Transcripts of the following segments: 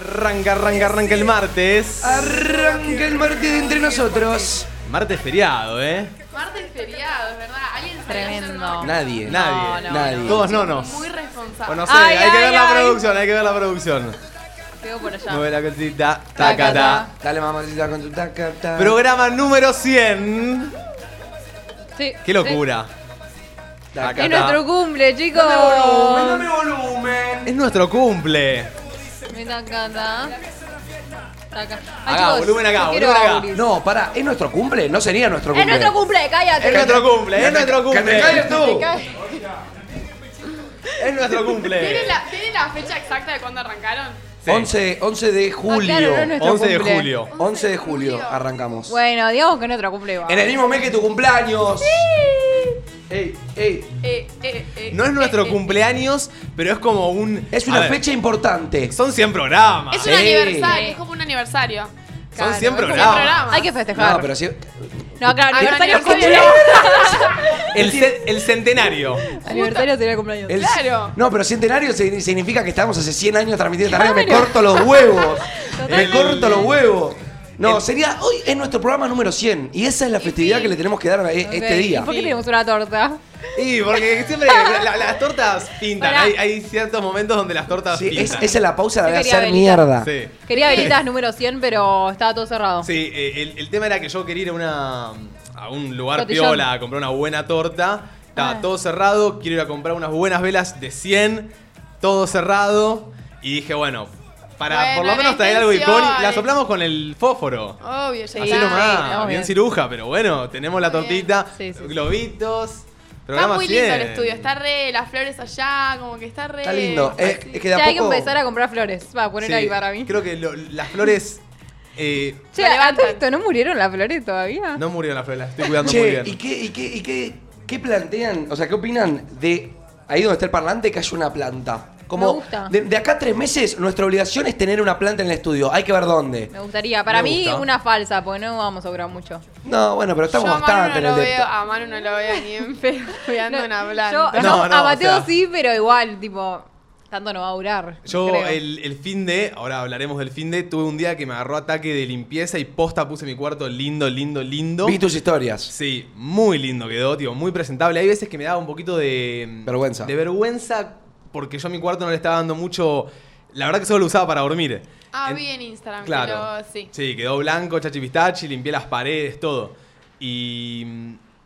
Arranca, arranca, arranca el martes. Arranca el martes entre nosotros. Martes feriado, ¿eh? Martes feriado, es verdad. Alguien salió a hacer Tremendo. un- Nadie. Nadie, no, nadie. no. Todos nonos. Muy responsable. Bueno, no sé, Ay, hay que ay, ver la ay. producción, hay que ver la producción. Quedó por allá. Mueve la cosita, Tacata. tacata. Dale mamacita con tu taca, taca. Programa número 100. Sí, Qué locura. Taca. Es nuestro cumple, chicos. Dame volumen. Es nuestro cumple. Me encanta. Está acá. Ay, Acá, chicos, volumen acá, yo quiero volumen acá. auris. No, pará, ¿es nuestro cumple? No sería nuestro Es cumple. nuestro cumple, cállate. Es nuestro cumple, es nuestro Que te cumple. calles tú. Cállate. Es nuestro ¿Tienen cumple. la, tienen la fecha exacta de cuándo arrancaron? Sí. 11, 11 de julio. Ah, claro, no es nuestro 11 de cumple. julio. 11 de julio arrancamos. Bueno, digamos que es nuestro cumple. va. En el mismo mes que tu cumpleaños. Ey, ey. Eh, eh, eh, No es eh, nuestro eh. cumpleaños, pero es como un. Es a una ver, fecha importante. Son 100 programas. Es un Sí. aniversario, es como un aniversario. Son 100 es como programas. un programa. Hay que festejar. No, pero sí. No, claro, Ah, no, aniversario es aniversario. cumpleaños. El, ce- el centenario. Aniversario sería cumpleaños. el- Claro. No, pero centenario se- significa que estamos hace 100 años transmitiendo esta radio. Me Claro. corto los huevos. Me Totalmente. corto los huevos. Eh, Eh, No, sería hoy es nuestro programa número 100 y esa es la festividad que le tenemos que dar a e- Ok, este ¿y día. ¿Por qué tenemos una torta? Y porque siempre la- las tortas pintan. Pará. Hay, hay ciertos momentos donde las tortas Sí, es- pintan. esa es la pausa la Yo de quería hacer ver. mierda. Sí. Quería velitas número 100, pero estaba todo cerrado. Sí, eh, el, el tema era que yo quería ir a, una, a un lugar Cotillón. piola a comprar una buena torta. Estaba Ah. todo cerrado, quiero ir a comprar unas buenas velas de 100, todo cerrado. Y dije, bueno, para Bueno, por lo la menos traer algo intención, icónico. La eh. soplamos con el fósforo. Obvio, sí. Así Ah, nomás, sí, obvio. bien ciruja, pero bueno, tenemos la Muy bien. tortita, Sí, sí, sí. globitos. Está programa muy lindo el 100. estudio, está re, las flores allá, como que está re. Está lindo. Eh, Sí. es que de Ya a hay que poco- empezar a comprar flores. Va, poner Sí, ahí para mí. Creo que lo- las flores. eh, Che, Lo a todo levantan. esto, ¿no murieron las flores todavía? no murieron las flores, las estoy cuidando muy Che, bien. ¿y, qué, y, qué, y qué, qué plantean? O sea, ¿qué opinan de ahí donde está el parlante que haya una planta? Como Me gusta. De, de acá a tres meses nuestra obligación es tener una planta en el estudio. Hay que ver dónde. Me gustaría. Para Me mí, gusta. una falsa, porque no vamos a durar mucho. No, bueno, pero estamos yo a Manu no bastante en el lo depto. veo, a Manu no lo veo ni en pedo cuidando No, una yo- planta. No, no, no, a o Mateo sea- sí, pero igual, tipo, tanto no va a durar. Yo creo. el, el fin de, ahora hablaremos del fin de, tuve un día que me agarró ataque de limpieza y posta puse mi cuarto lindo, lindo, lindo. Vi tus historias. Sí, muy lindo quedó, tío, muy presentable. Hay veces que me daba un poquito de... mm, Vergüenza. De vergüenza porque yo a mi cuarto no le estaba dando mucho... La verdad que solo lo usaba para dormir. Ah, En- vi en Instagram, Claro. pero sí. quedó blanco, chachipistachi, limpié las paredes, todo. Y.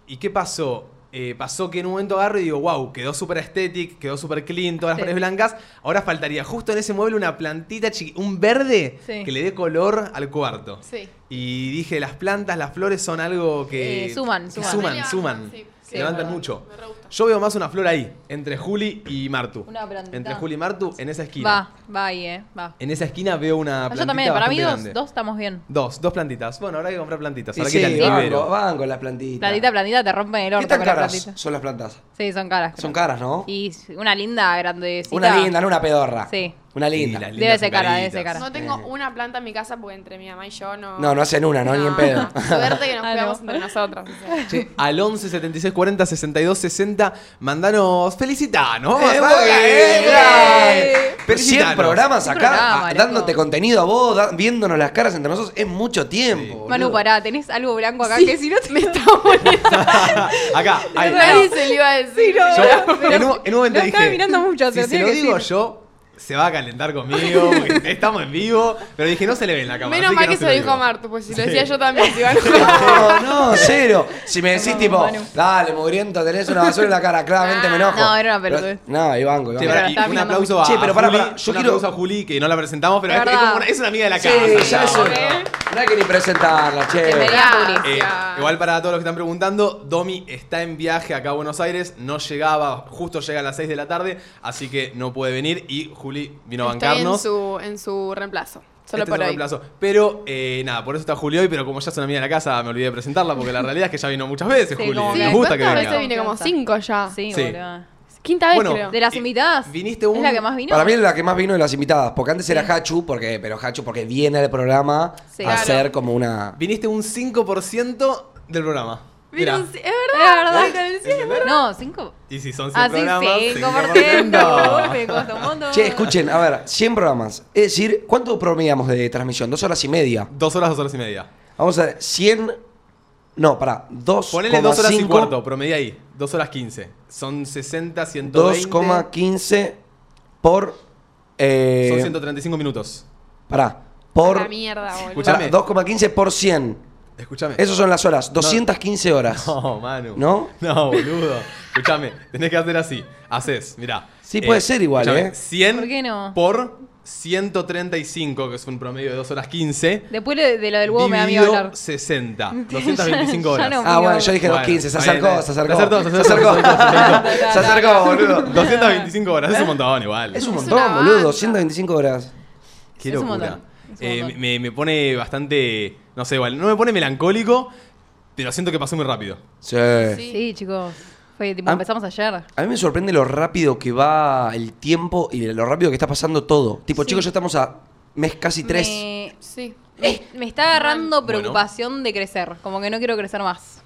¿Y qué pasó? Eh, pasó que en un momento agarro y digo, wow, quedó súper estético, quedó súper clean, todas las Sí. paredes blancas. Ahora faltaría justo en ese mueble una plantita, chiqui- un verde Sí. que le dé color al cuarto. Sí. Y dije, las plantas, las flores son algo que. Eh, suman, que suman. suman, Levantan, suman. sí. Sí, Levantan verdad. mucho. Me re gusta. Yo veo más una flor ahí, entre Juli y Martu. Una plantita. Entre Juli y Martu, en esa esquina. Va, va ahí, eh, va. En esa esquina veo una Ah, plantita Yo también, para mí bastante dos, grande. dos estamos bien. Dos, dos plantitas. Bueno, ahora hay que comprar plantitas. Y Ahora sí, que ya van, libero. con- van con las plantitas. Plantita, plantita, te rompen el orto ¿Qué tan con la caras plantita. son las plantas? Sí, son caras. creo. Son caras, ¿no? Y una linda, grandecita. Una linda, no una pedorra. Sí. Una Y la linda. li- Debe ser lindas cara, debe caritas. ser cara. No Eh. tengo una planta en mi casa porque entre mi mamá y yo no. No, no hacen una, no, ni en pedo. Suerte que nos Ah, no. cuidamos entre nosotros. o sea. Che, al 11 76 40 62 60, mandanos. Felicitanos. Vamos Eh, a sacar, eh, eh, eh. Felicitanos. 100 programas Un acá, programa, a- loco. dándote contenido a vos, da- viéndonos las caras entre nosotros, es mucho tiempo. boludo. Manu, pará, tenés algo blanco acá que si no te... me está molestando. Acá, ahí. Nadie se lo iba a decir. no, Yo, Pero- en, un, en un momento lo estaba dije, mirando mucho, si se lo se tiene lo que digo decir. yo, se va a calentar conmigo, porque estamos en vivo, pero dije, no se le ve en la cámara. Menos así mal no que se lo dijo digo. a Martu, pues si lo decía Sí. yo también, se iba a enojar. No, no, cero. Si me decís Vamos, tipo, Manu. Ah, dale, mugriento, tenés una basura en la cara, claramente me enojo. No, era una pelotudez. Pero- No, ahí banco, ahí Che, banco. pará, la y estaba un mirando aplauso a, mucho. Che, pero pará, Juli, pará, yo un quiero- aplauso a Juli, que no la presentamos, pero Es es, es verdad. como una, es una amiga de la Sí, casa. ya ¿no? es una. No hay que ni presentarla, che. Bienvenida. Eh, Gracias. igual para todos los que están preguntando, Domi está en viaje acá a Buenos Aires, no llegaba, justo llega a las 6 de la tarde, así que no puede venir y Juli vino a Estoy en bancarnos. su, en su reemplazo. Solo Este es por un hoy. reemplazo. Pero eh, nada, por eso está Juli hoy, pero como ya es una amiga de la casa, me olvidé de presentarla porque la realidad es que ya vino muchas veces, Sí, Juli. como Sí, Nos que- gusta que ¿Cuántas venga. veces vine? Como cinco ya. Ah, Sí, Sí. boludo. Quinta vez Bueno, creo. De las Y- invitadas. viniste un- ¿Es la que más vino? Para mí es la que más vino de las invitadas, porque antes era Hachu, porque, pero Hachu porque viene al programa Sí. a Claro. hacer como una... Viniste un 5% del programa. Mirá. Vieron, sí, es verdad. ¿Eh? Es verdad. Vieron, sí, es verdad. No, cinco. Y si son 100 Ah, sí, programas, cinco seguimos por ciento. contando. Me costó un montón. Che, escuchen, a ver, 100 programas. Es decir, ¿cuánto promediamos de transmisión? Dos horas y media. Dos horas, dos horas y media. Vamos a ver, 100. No, pará, 2. Ponele dos horas y cuarto, promedio ahí. Dos horas 15. Son 60, 120. 2,15 por. Eh, Son 135 minutos. Pará, por. La mierda, boludo. Escuchá. pará, 2,15 por 100. Escúchame. Esas son las horas, 215 horas. No, Manu. ¿No? No, boludo. Escúchame, tenés que hacer así. Haces, mirá. Sí, puede ser igual, escuchame, ¿eh? 100 ¿Por qué no? por 135, que es un promedio de 2 horas 15. Después de, de lo del huevo me da miedo dividido hablar. 60. 225 horas. ya no. Ah, bueno, yo dije Bueno, 2.15, se ahí acercó, tenés. se acercó. Se acercó, se acercó, Se se acercó, se acercó, acercó. Se acercó, boludo. 225 horas, es un montón igual. Es un Es una montón, boludo, banda. 225 horas. Qué Es un locura. montón, es un Eh, montón. me, me pone bastante. No sé, igual. No me pone melancólico, pero siento que pasó muy rápido. Sí. Sí, chicos. Fue tipo, Ah. empezamos ayer. A mí me sorprende lo rápido que va el tiempo y lo rápido que está pasando todo. Tipo, chicos, ya estamos a mes casi tres. Me, Sí. me- me está agarrando Bueno. preocupación de crecer. Como que no quiero crecer más.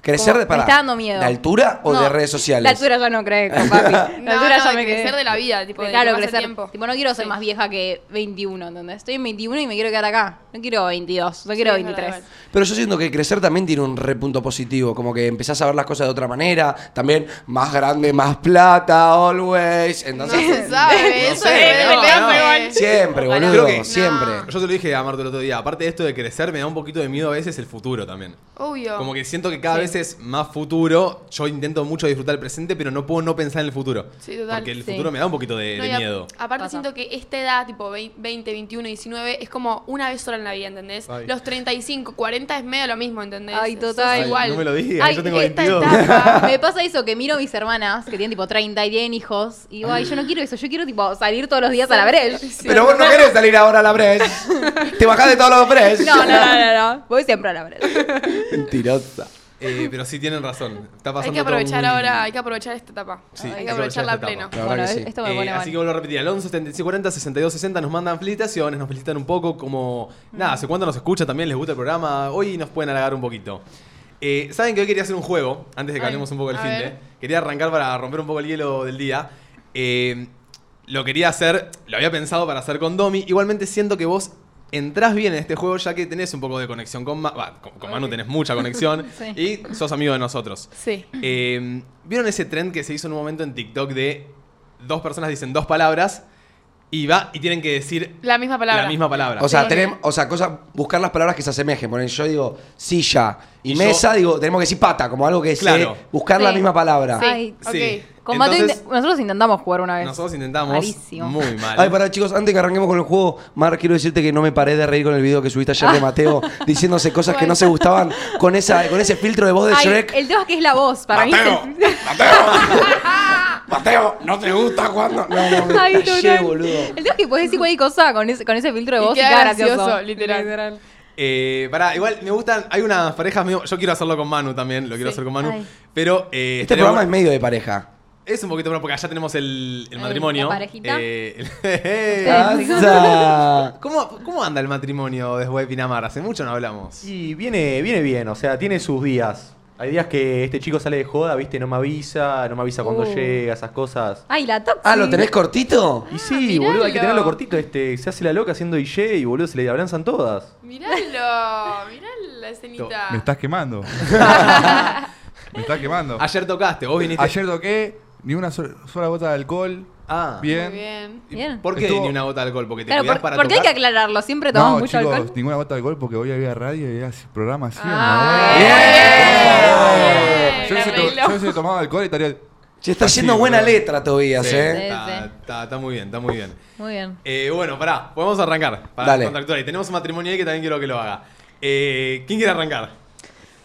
¿Crecer Como- de pará, Me está dando miedo. ¿De altura o de No, redes sociales? La altura ya no creo, papi. La No, altura no, ya de me quedé. crecer de la vida, tipo, de claro, lo que pasa crecer. el tiempo. Tipo, no quiero ser Sí. más vieja que 21, ¿entendés? Estoy en 21 y me quiero quedar acá. No quiero 22, no quiero es verdad, 23. es verdad. Pero yo siento que crecer también tiene un repunto positivo. Como que empezás a ver las cosas de otra manera. También más grande, más plata, always. Entonces, No se sabe, ¿eh? No eso sé, es no, verdad, no. igual. siempre, Ojalá. boludo, Creo que- siempre. Yo se lo dije a Marto el otro día. Aparte de esto de crecer, me da un poquito de miedo a veces el futuro también. Obvio. Como que siento que cada vez es más futuro. Yo intento mucho disfrutar el presente, pero no puedo no pensar en el futuro. Sí, total. Porque el Sí. futuro me da un poquito de, No, de y a- miedo. Aparte Pasa. siento que esta edad, tipo vei- 20, 21, 19, es como una vez sola en la vida, ¿entendés? Ay. Los 35, 40 es medio lo mismo, ¿entendés? Ay, Es- total. es igual. Ay, no me lo digas, Ay, yo tengo esta 22. etapa. Me pasa eso, que miro a mis hermanas, que tienen tipo 30 y tienen hijos, y digo, ay, yo no quiero eso, yo quiero tipo salir todos los días a la brecha. Pero vos no querés salir ahora a la Bres. Te bajás de todos los Bres. No, no, no, no, no. Voy siempre a la brecha. Mentirosa. Eh, pero sí tienen razón. Está pasando Hay que todo aprovechar muy- ahora, hay que aprovechar esta etapa. Sí, hay hay que que aprovechar aprovecharla a esta pleno. etapa. La verdad Bueno, que sí. esto me Eh, pone mal. así que vuelvo a repetir, al 11 75 40 62 60 nos mandan felicitaciones, nos felicitan un poco, como Mm. nada, hace cuánto nos escucha también, les gusta el programa, hoy nos pueden halagar un poquito. Eh, Saben que hoy quería hacer un juego, antes de que Ay, hablemos un poco del a fin de, ver. quería arrancar para romper un poco el hielo del día. Eh, lo quería hacer, lo había pensado para hacer con Domi, igualmente siento que vos entrás bien en este juego ya que tenés un poco de conexión con, Ma- bah, con, con Manu, tenés mucha conexión Sí. y sos amigo de nosotros. Sí. Eh, ¿Vieron ese trend que se hizo en un momento en TikTok de dos personas dicen dos palabras y va y tienen que decir La misma palabra. la misma palabra? O sea, Sí. tenemos, o sea, cosas, buscar las palabras que se asemejen. Por ejemplo, yo digo silla y, Y yo- mesa, digo, tenemos que decir pata, como algo que es Claro. buscar la Sí. misma palabra. Ay, Sí. ok. con Mateo Entonces- inte- nosotros intentamos jugar una vez. nosotros intentamos Malísimo. muy mal. Ay, pará, chicos, antes que arranquemos con el juego, Mar, quiero decirte que no me paré de reír con el video que subiste Ah. ayer de Mateo diciéndose cosas que no se gustaban con esa con ese filtro de voz de Ay, Shrek. el tema es que es la voz, para mí. se- Mateo, no te gusta cuando. No, no, me Ay, tallé, total. boludo. El tema es que podés decir cualquier cosa con ese, con ese filtro de Y voz y, queda queda gracioso, gracioso. literal. Eh, pará, igual me gustan, hay unas parejas medio- yo quiero hacerlo con Manu también, lo quiero Sí. hacer con Manu, Ay. pero eh, Este tenemos- programa es medio de pareja. es un poquito bueno porque allá tenemos el, el Ay, matrimonio. la parejita. Eh, Pasa. ¿Cómo, ¿Cómo anda el matrimonio desde Pinamar? Hace mucho no hablamos. Y viene, viene bien, o sea, tiene sus días. Hay días que este chico sale de joda, viste, no me avisa, no me avisa cuando Uh. llega, esas cosas. Ay, la top. Ah, ¿lo tenés cortito? Y sí, miralo. boludo, hay que tenerlo cortito, este, se hace la loca haciendo DJ y boludo, se le abranzan todas. Miralo, mirá la escenita. Me estás quemando. Me estás quemando. Ayer tocaste, vos viniste. Ayer toqué ni una sol- sola gota de alcohol. Ah. Bien. Muy bien. ¿Y Bien. ¿Por qué Estuvo- ni una gota de alcohol? Porque te Claro, cuidás por- para porque hay que tocar. aclararlo. Siempre tomamos No, mucho chicos, alcohol. ninguna gota de alcohol porque hoy había radio y era programa así. Ah, Yo bien. hubiese La to- arregló. yo hubiese tomado alcohol y estaría... Che, está Así, haciendo buena Ah, boludo. letra, Tobías, Sí, ¿eh? está, Sí, sí. está- está muy bien, está muy bien. Muy bien. Eh, bueno, pará, podemos arrancar. Para Dale. contractuar. Y tenemos un matrimonio ahí que también quiero que lo haga. Eh, ¿Quién quiere arrancar?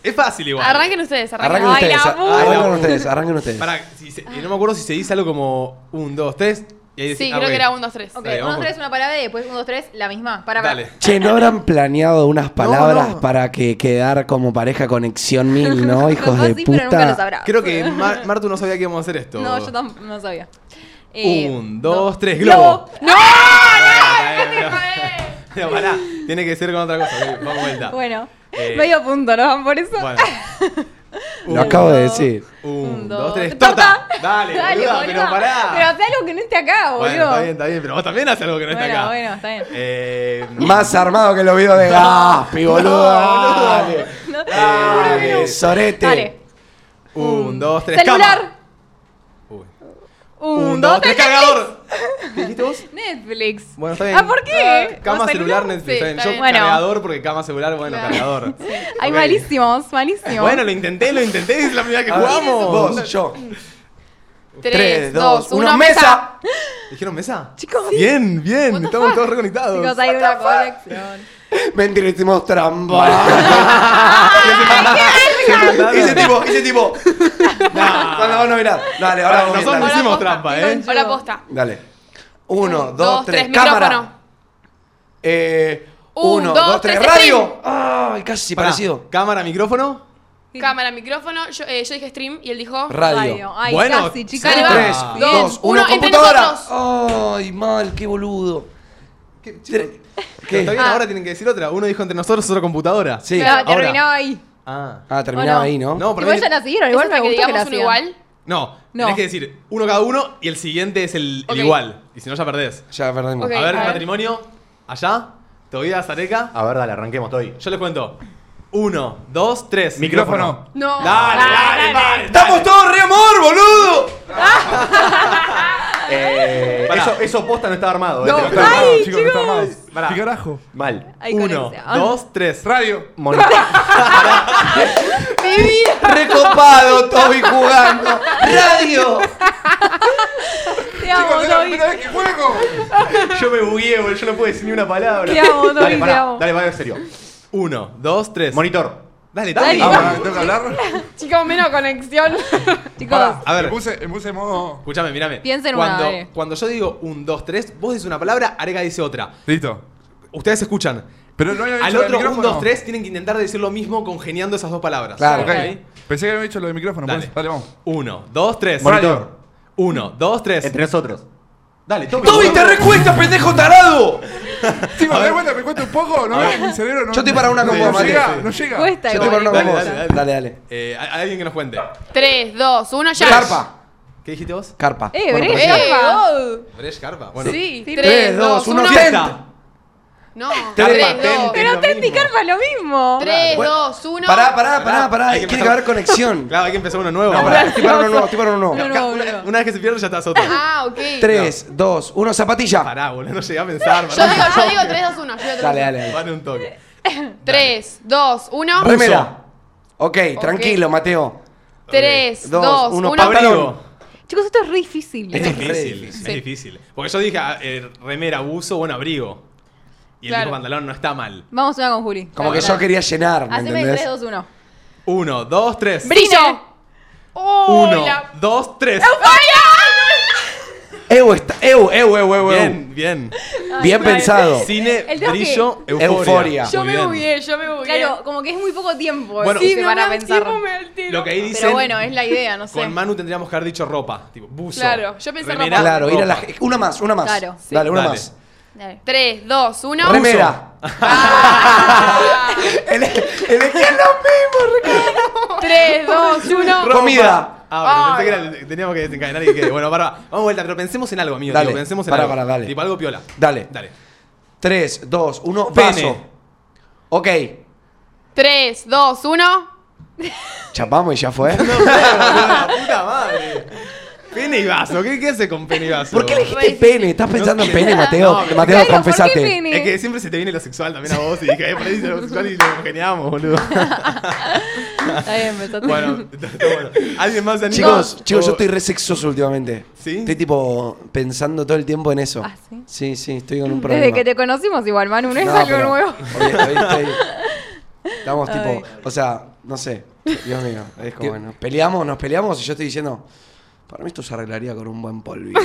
Es fácil igual. Arranquen ustedes, arranquen. Arranquen Ay, ustedes, la puta. arranquen Ay, la ustedes, arranquen ustedes. Pará, si se- y no me acuerdo si se dice algo como un, dos, tres. y ahí Sí, decís- ah, ok. creo que era 1, 2, 3. Ok, Dale, uno, vamos dos, por- tres, una palabra y después uno, dos, tres, la misma. Para, para. Dale. Che, ¿no habrán planeado unas palabras no. para que quedar como pareja conexión mil, no, hijos Capaz de sí, pero nunca lo puta? sabrás. Creo que Mar- Martu no sabía que íbamos a hacer esto. No, yo tampoco no sabía. Eh, Un, dos, tres, globo. ¡No! Ah, Ah, Pero pará, tiene que ser con otra cosa. ok, Vamos vuelta. Bueno, Eh, medio punto, ¿no? Por eso. Bueno. Lo acabo de decir. Un, Un, dos, dos, tres. tres. ¡Torta! ¡Torta! Dale, Dale, boluda, boluda. pero pará. Pero hace algo que no esté acá, boludo. bueno, está bien, está bien, pero vos también haces algo que no bueno, está acá. bueno, está bien. Eh, Más armado que los videos de Gaspi, boludo. Dale, No, dale, juro que no. sorete. Dale. un, dos, tres. Celular. cama. Uy. Un, dos, tres. cargador. ¿Qué dijiste vos? Netflix. Bueno, está bien. ¿Ah, por qué? Cama, ¿O celular, Netflix. Sí, está bien. está Yo bien. Bueno. cargador porque cama, celular, bueno, cargador. Ay, Ok. malísimos, malísimos. Bueno, lo intenté, lo intenté, es la primera vez que jugamos. Vos, yo. Tres, dos, uno, mesa. ¿Dijeron mesa? Chicos. Bien, bien, What the estamos fuck? todos reconectados. Chicos, hay una conexión. Mentira, hicimos trampa. Ah. hice tipo, hice tipo. No, cuando vos no mirás. Dale, ahora vos Nosotros no mirás. hicimos posta, trampa, ¿eh? Hola, posta. Dale. Uno, dos, dos, tres. tres, cámara. micrófono. Eh, Un, uno, dos, dos, tres. tres, radio. Ay, casi Pará, parecido. Cámara, micrófono. Cámara, micrófono. Yo, eh, yo dije stream y él dijo. Radio. Ay, Bueno, casi, chicos. Dale, va. Tres, Bien. dos, uno, Uno, entre computadora. Ay, mal, qué boludo. Tre- Pero Está ¿Qué? bien, ahora tienen que decir otra. Uno dijo entre nosotros, otro computadora. Sí. Claro, ahora. terminaba ahí. Ah. Ah, terminaba ¿O no? ahí, ¿no? No, pero Igual ya la siguieron, igual Igual me que gustó que la digamos uno hacían. igual. No, No. tenés que decir uno cada uno y el siguiente es el, el Ok. igual. Y si no, ya perdés. Ya perdimos. Ah, Ok. a ver, a ver. matrimonio. Allá. Todavía, Zareca. A ver, dale, arranquemos, estoy. Yo les cuento. Uno, dos, tres. Micrófono. No. Ah, Dale, dale, dale. ¡Estamos todos re amor, boludo! Eh, Pará. eso, eso posta no estaba armado. eh, No te lo está juro. armado, chicos, no está armado. Pará. ¿Qué carajo? Mal. Ay, Uno, conexión. dos, tres. Radio. Monitor. Recopado, Toby jugando. ¡Radio! Te amo, Chicos, es la Toby. primera vez que juego. Yo me bugué, boludo. Yo no pude decir ni una palabra. Te amo, Toby, dale, te pará, amo. Dale, va, en serio. Uno, dos, tres. Monitor. Dale, Dale. dale. Ah, pará, ¿Tengo que hablar? Chicos, menos conexión. Chicos, Pará, A ver. Me puse, me puse modo. Escuchame, mirame. Piensa en una, cuando, dale. cuando yo digo un, dos, tres, vos dices una palabra, Areca dice otra. Listo. Ustedes escuchan. Pero no había dicho Al lo del otro un, micrófono. dos, tres tienen que intentar decir lo mismo congeniando esas dos palabras. Claro. Ok. Pensé que había dicho lo del micrófono. Dale. Dale, dale vamos. Uno, dos, tres. Monitor. Uno, dos, tres. Entre nosotros. Dale, Toby. ¡Toby, te recuesta, pendejo tarado! Sí, me doy cuenta, me cuento un poco. No, mi cerebro no. Yo estoy para una no, como No Mati. llega, no llega. cuesta Yo te igual. paro Dale, con vos. dale, Dale, dale. dale. Eh, hay- hay alguien que nos cuente. Tres, dos, uno, ya. Carpa. ¿Qué dijiste vos? Carpa. Eh, Bueno, Brecht, Eh, parecido. Carpa. ¿Bresh Carpa? Bueno. Sí, tres, Tres, dos, uno, Fiesta. No, Tres, tres, dos. patente. Pero Es lo Tenti mismo. Carpa es lo mismo. Tres, Bueno. dos, uno. Pará, pará, Pará, pará, pará. hay que Tiene que empezar- haber conexión. Claro, hay que empezar uno nuevo. No, ahora. pará, estoy para uno nuevo, estoy para uno No, nuevo. no. Ca- una, una vez que se pierde ya estás otra. Ah, ok. Tres, dos, uno, zapatilla. Pará, boludo, no llegué a pensar. Yo pará. digo, yo digo tres, dos, uno. Yo digo Dale, tres, dos, dale. dale. Van un toque. uno. Tres, dos, uno. Remera. Ok, tranquilo, Mateo. Tres, Dos, dos, uno, uno. Abrigo. Chicos, esto es re difícil. Esto Es es re difícil, es difícil. Porque yo dije ah, eh, remera, buzo, bueno, abrigo. Y el Claro. mismo pantalón no está mal. Vamos una con Juli. Como que Dale. yo quería llenar, ¿me Haceme el 3, entendés? 2, 1. Uno, dos, tres. Brillo. Uno, Hola. dos, tres. Eu, está, eu, eu, eu, eu, eu. Bien, Bien, bien. vale. pensado. Cine, El toque. brillo, euforia. Euforia. Yo Muy me bien. bugué, yo me bugué. Claro, como que es muy poco tiempo. Bueno, sí, Sí, no van a me pensar. anticipo, me altiro. Lo que ahí dicen. Pero bueno, es la idea, no sé. Con Manu tendríamos que haber dicho ropa. Tipo, buzo. Claro, yo pensé remera, ropa. Claro, ir a la. ropa. Una más, una más. Claro, sí. Dale, una Dale. más. Dale. Tres, dos, uno. Remera. el, el- el- Tres, dos, uno. Ropa. Comida. Ah, pero pensé que era- teníamos que desencadenar y que. Bueno, pará. Vamos de vuelta, pero pensemos en algo, amigo. Dale, tipo, pensemos en pará, algo. pará, dale. Tipo algo piola. Dale. Dale. 3, 2, 1, Pene. vaso. Ok. Tres, dos, uno. Chapamos y ya fue. la Ah, puta madre. Pene y vaso. ¿Qué, qué hace con pene y vaso? ¿Por qué le Pues dijiste pene? ¿Estás pensando en sé. pene, Mateo? No, me- Mateo, Claro, ¿por confesate. qué pene? Es que siempre se te viene lo sexual también a vos y dije, eh, por ahí dice lo sexual y lo congeniamos, boludo. Está bien, empezate. bueno, está bueno. ¿Alguien más se anima? Chicos, chicos, O- yo estoy re sexoso últimamente. ¿Sí? Estoy tipo pensando todo el tiempo en eso. Ah, ¿sí? Sí, sí, estoy con un problema. Desde que te conocimos igual, Manu, no es No, algo pero- nuevo. hoy- hoy estoy- Estamos tipo, Ay. o sea, no sé. Dios mío, es como, bueno, peleamos, nos peleamos y yo estoy diciendo, para mí esto se arreglaría con un buen polvito.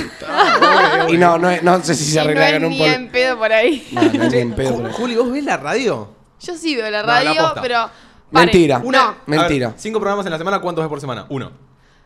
y no, no, es- no sé si se Y no arreglaría es con un ni en polvito. pedo por ahí. No, no es ni en pedo, Ju- pero- Juli, ¿vos ves la radio? Yo sí veo la No, la radio, posta. pero. paren. Mentira. No, Mentira. A ver, cinco programas en la semana, ¿cuántos ves por semana? Uno.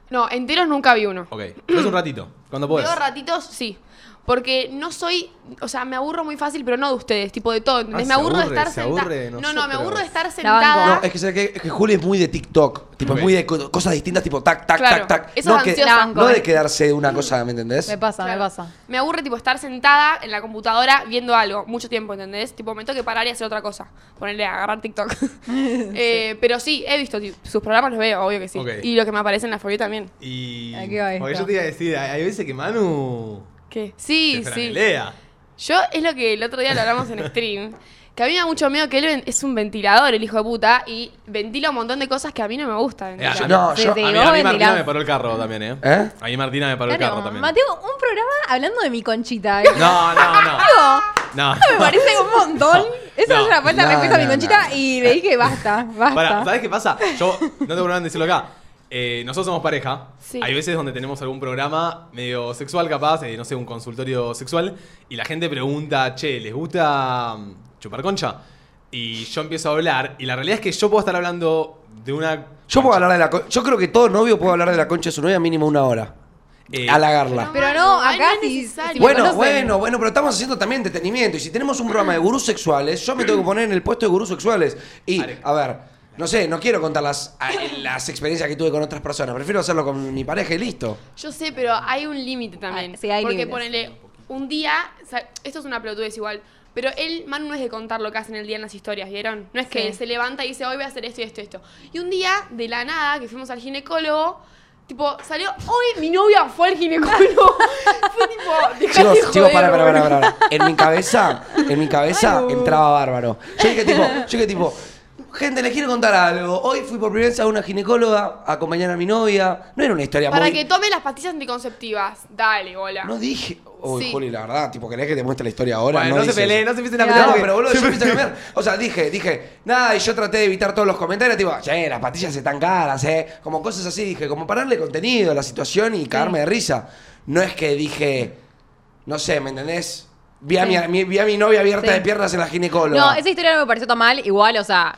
no, enteros nunca vi uno. Ok. Es un ratito. Cuando podés. Veo ratitos, sí. Porque no soy, o sea, me aburro muy fácil, pero no de ustedes, tipo de todo. ¿entendés? Ah, me se aburro aburre, de estar se sentada. aburre de No, no, me nosotros. aburro de estar banco. sentada. No, es que, ¿sabes qué? Es que Juli es muy de TikTok. Tipo, es muy de co- cosas distintas, tipo tac, tac, Claro, tac, tac. eso no, es que- ansiosa. no de quedarse de una cosa, ¿me entendés? Me pasa, Claro. me pasa. Me aburre tipo estar sentada en la computadora viendo algo mucho tiempo, ¿entendés? Tipo, me tengo que parar y hacer otra cosa. Ponerle a agarrar TikTok. Eh, Pero sí, he visto tipo, sus programas, los veo, obvio que sí. Ok. Y lo que me aparece en la folio también. Y. Aquí va Porque esto. yo te iba a decir, hay hay veces que Manu. ¿Qué? Sí, te sí. franelea. Yo es lo que el otro día lo hablamos en stream. Que a mí me da mucho miedo que él ven- es un ventilador, el hijo de puta, y ventila un montón de cosas que a mí no me gustan. Eh, a mí- No, Sí, yo. sí. a mí, vos a mí Martina ventilás. me paró el carro también, ¿eh? ¿Eh? A mí Martina me paró el carro Claro, también. Mateo, un programa hablando de mi conchita. ¿eh? No, no, no. No. Me parece un montón. Esa No. es una falta No, de respeto a mi no, conchita no. y le dije basta, basta. Pará, ¿sabes qué pasa? Yo no tengo problema en decirlo acá. Eh, nosotros somos pareja. Sí. Hay veces donde tenemos algún programa medio sexual, capaz, eh, no sé, un consultorio sexual, y la gente pregunta, che, ¿les gusta mm, chupar concha? Y yo empiezo a hablar, y la realidad es que yo puedo estar hablando de una. Yo puedo hablar de la con- Yo creo que todo novio puede hablar de la concha de su novia mínimo una hora. Eh, Halagarla. Pero no, Ay, acá no es sí- necesario. sí me Bueno, conocen. bueno, bueno, pero estamos haciendo también entretenimiento. Y si tenemos un programa de gurús sexuales, yo me tengo que poner en el puesto de gurús sexuales. Y, a ver, no sé, no quiero contar las, a- las experiencias que tuve con otras personas. Prefiero hacerlo con mi pareja y listo. Yo sé, pero hay un límite también. Ah, sí, hay Porque límites. ponele, un día, o sea, esto es una pelotudez igual, pero él, Manu, no es de contar lo que hace en el día en las historias, ¿vieron? No es que Sí. se levanta y dice, hoy voy a hacer esto y esto y esto. Y un día, de la nada, que fuimos al ginecólogo, tipo, salió, hoy mi novia fue al ginecólogo. fue tipo, dejate Chicos, de chicos, joder, para, para, para, boludo. para. En mi cabeza, en mi cabeza entraba bárbaro. Yo dije tipo, yo dije tipo, gente, les quiero contar algo. Hoy fui por primera vez a una ginecóloga a acompañar a mi novia. No era una historia Para muy- que tome las pastillas anticonceptivas. Dale, bola. No dije. Uy, Sí. Juli, la verdad, tipo, querés que te muestre la historia ahora. Bueno, no, se dices- peleen, no se empiecen a Claro. pelear. No, porque- pero boludo, yo empecé a cambiar. O sea, dije, dije, nada, y yo traté de evitar todos los comentarios, tipo, che, las pastillas están caras, eh. Como cosas así, dije, como pararle contenido a la situación y cagarme de risa. No es que dije, no sé, ¿me entendés? Vi a, Sí. mi, a mi- vi a mi novia abierta Sí. de piernas en la ginecóloga. No, esa historia no me pareció tan mal. Igual, o sea,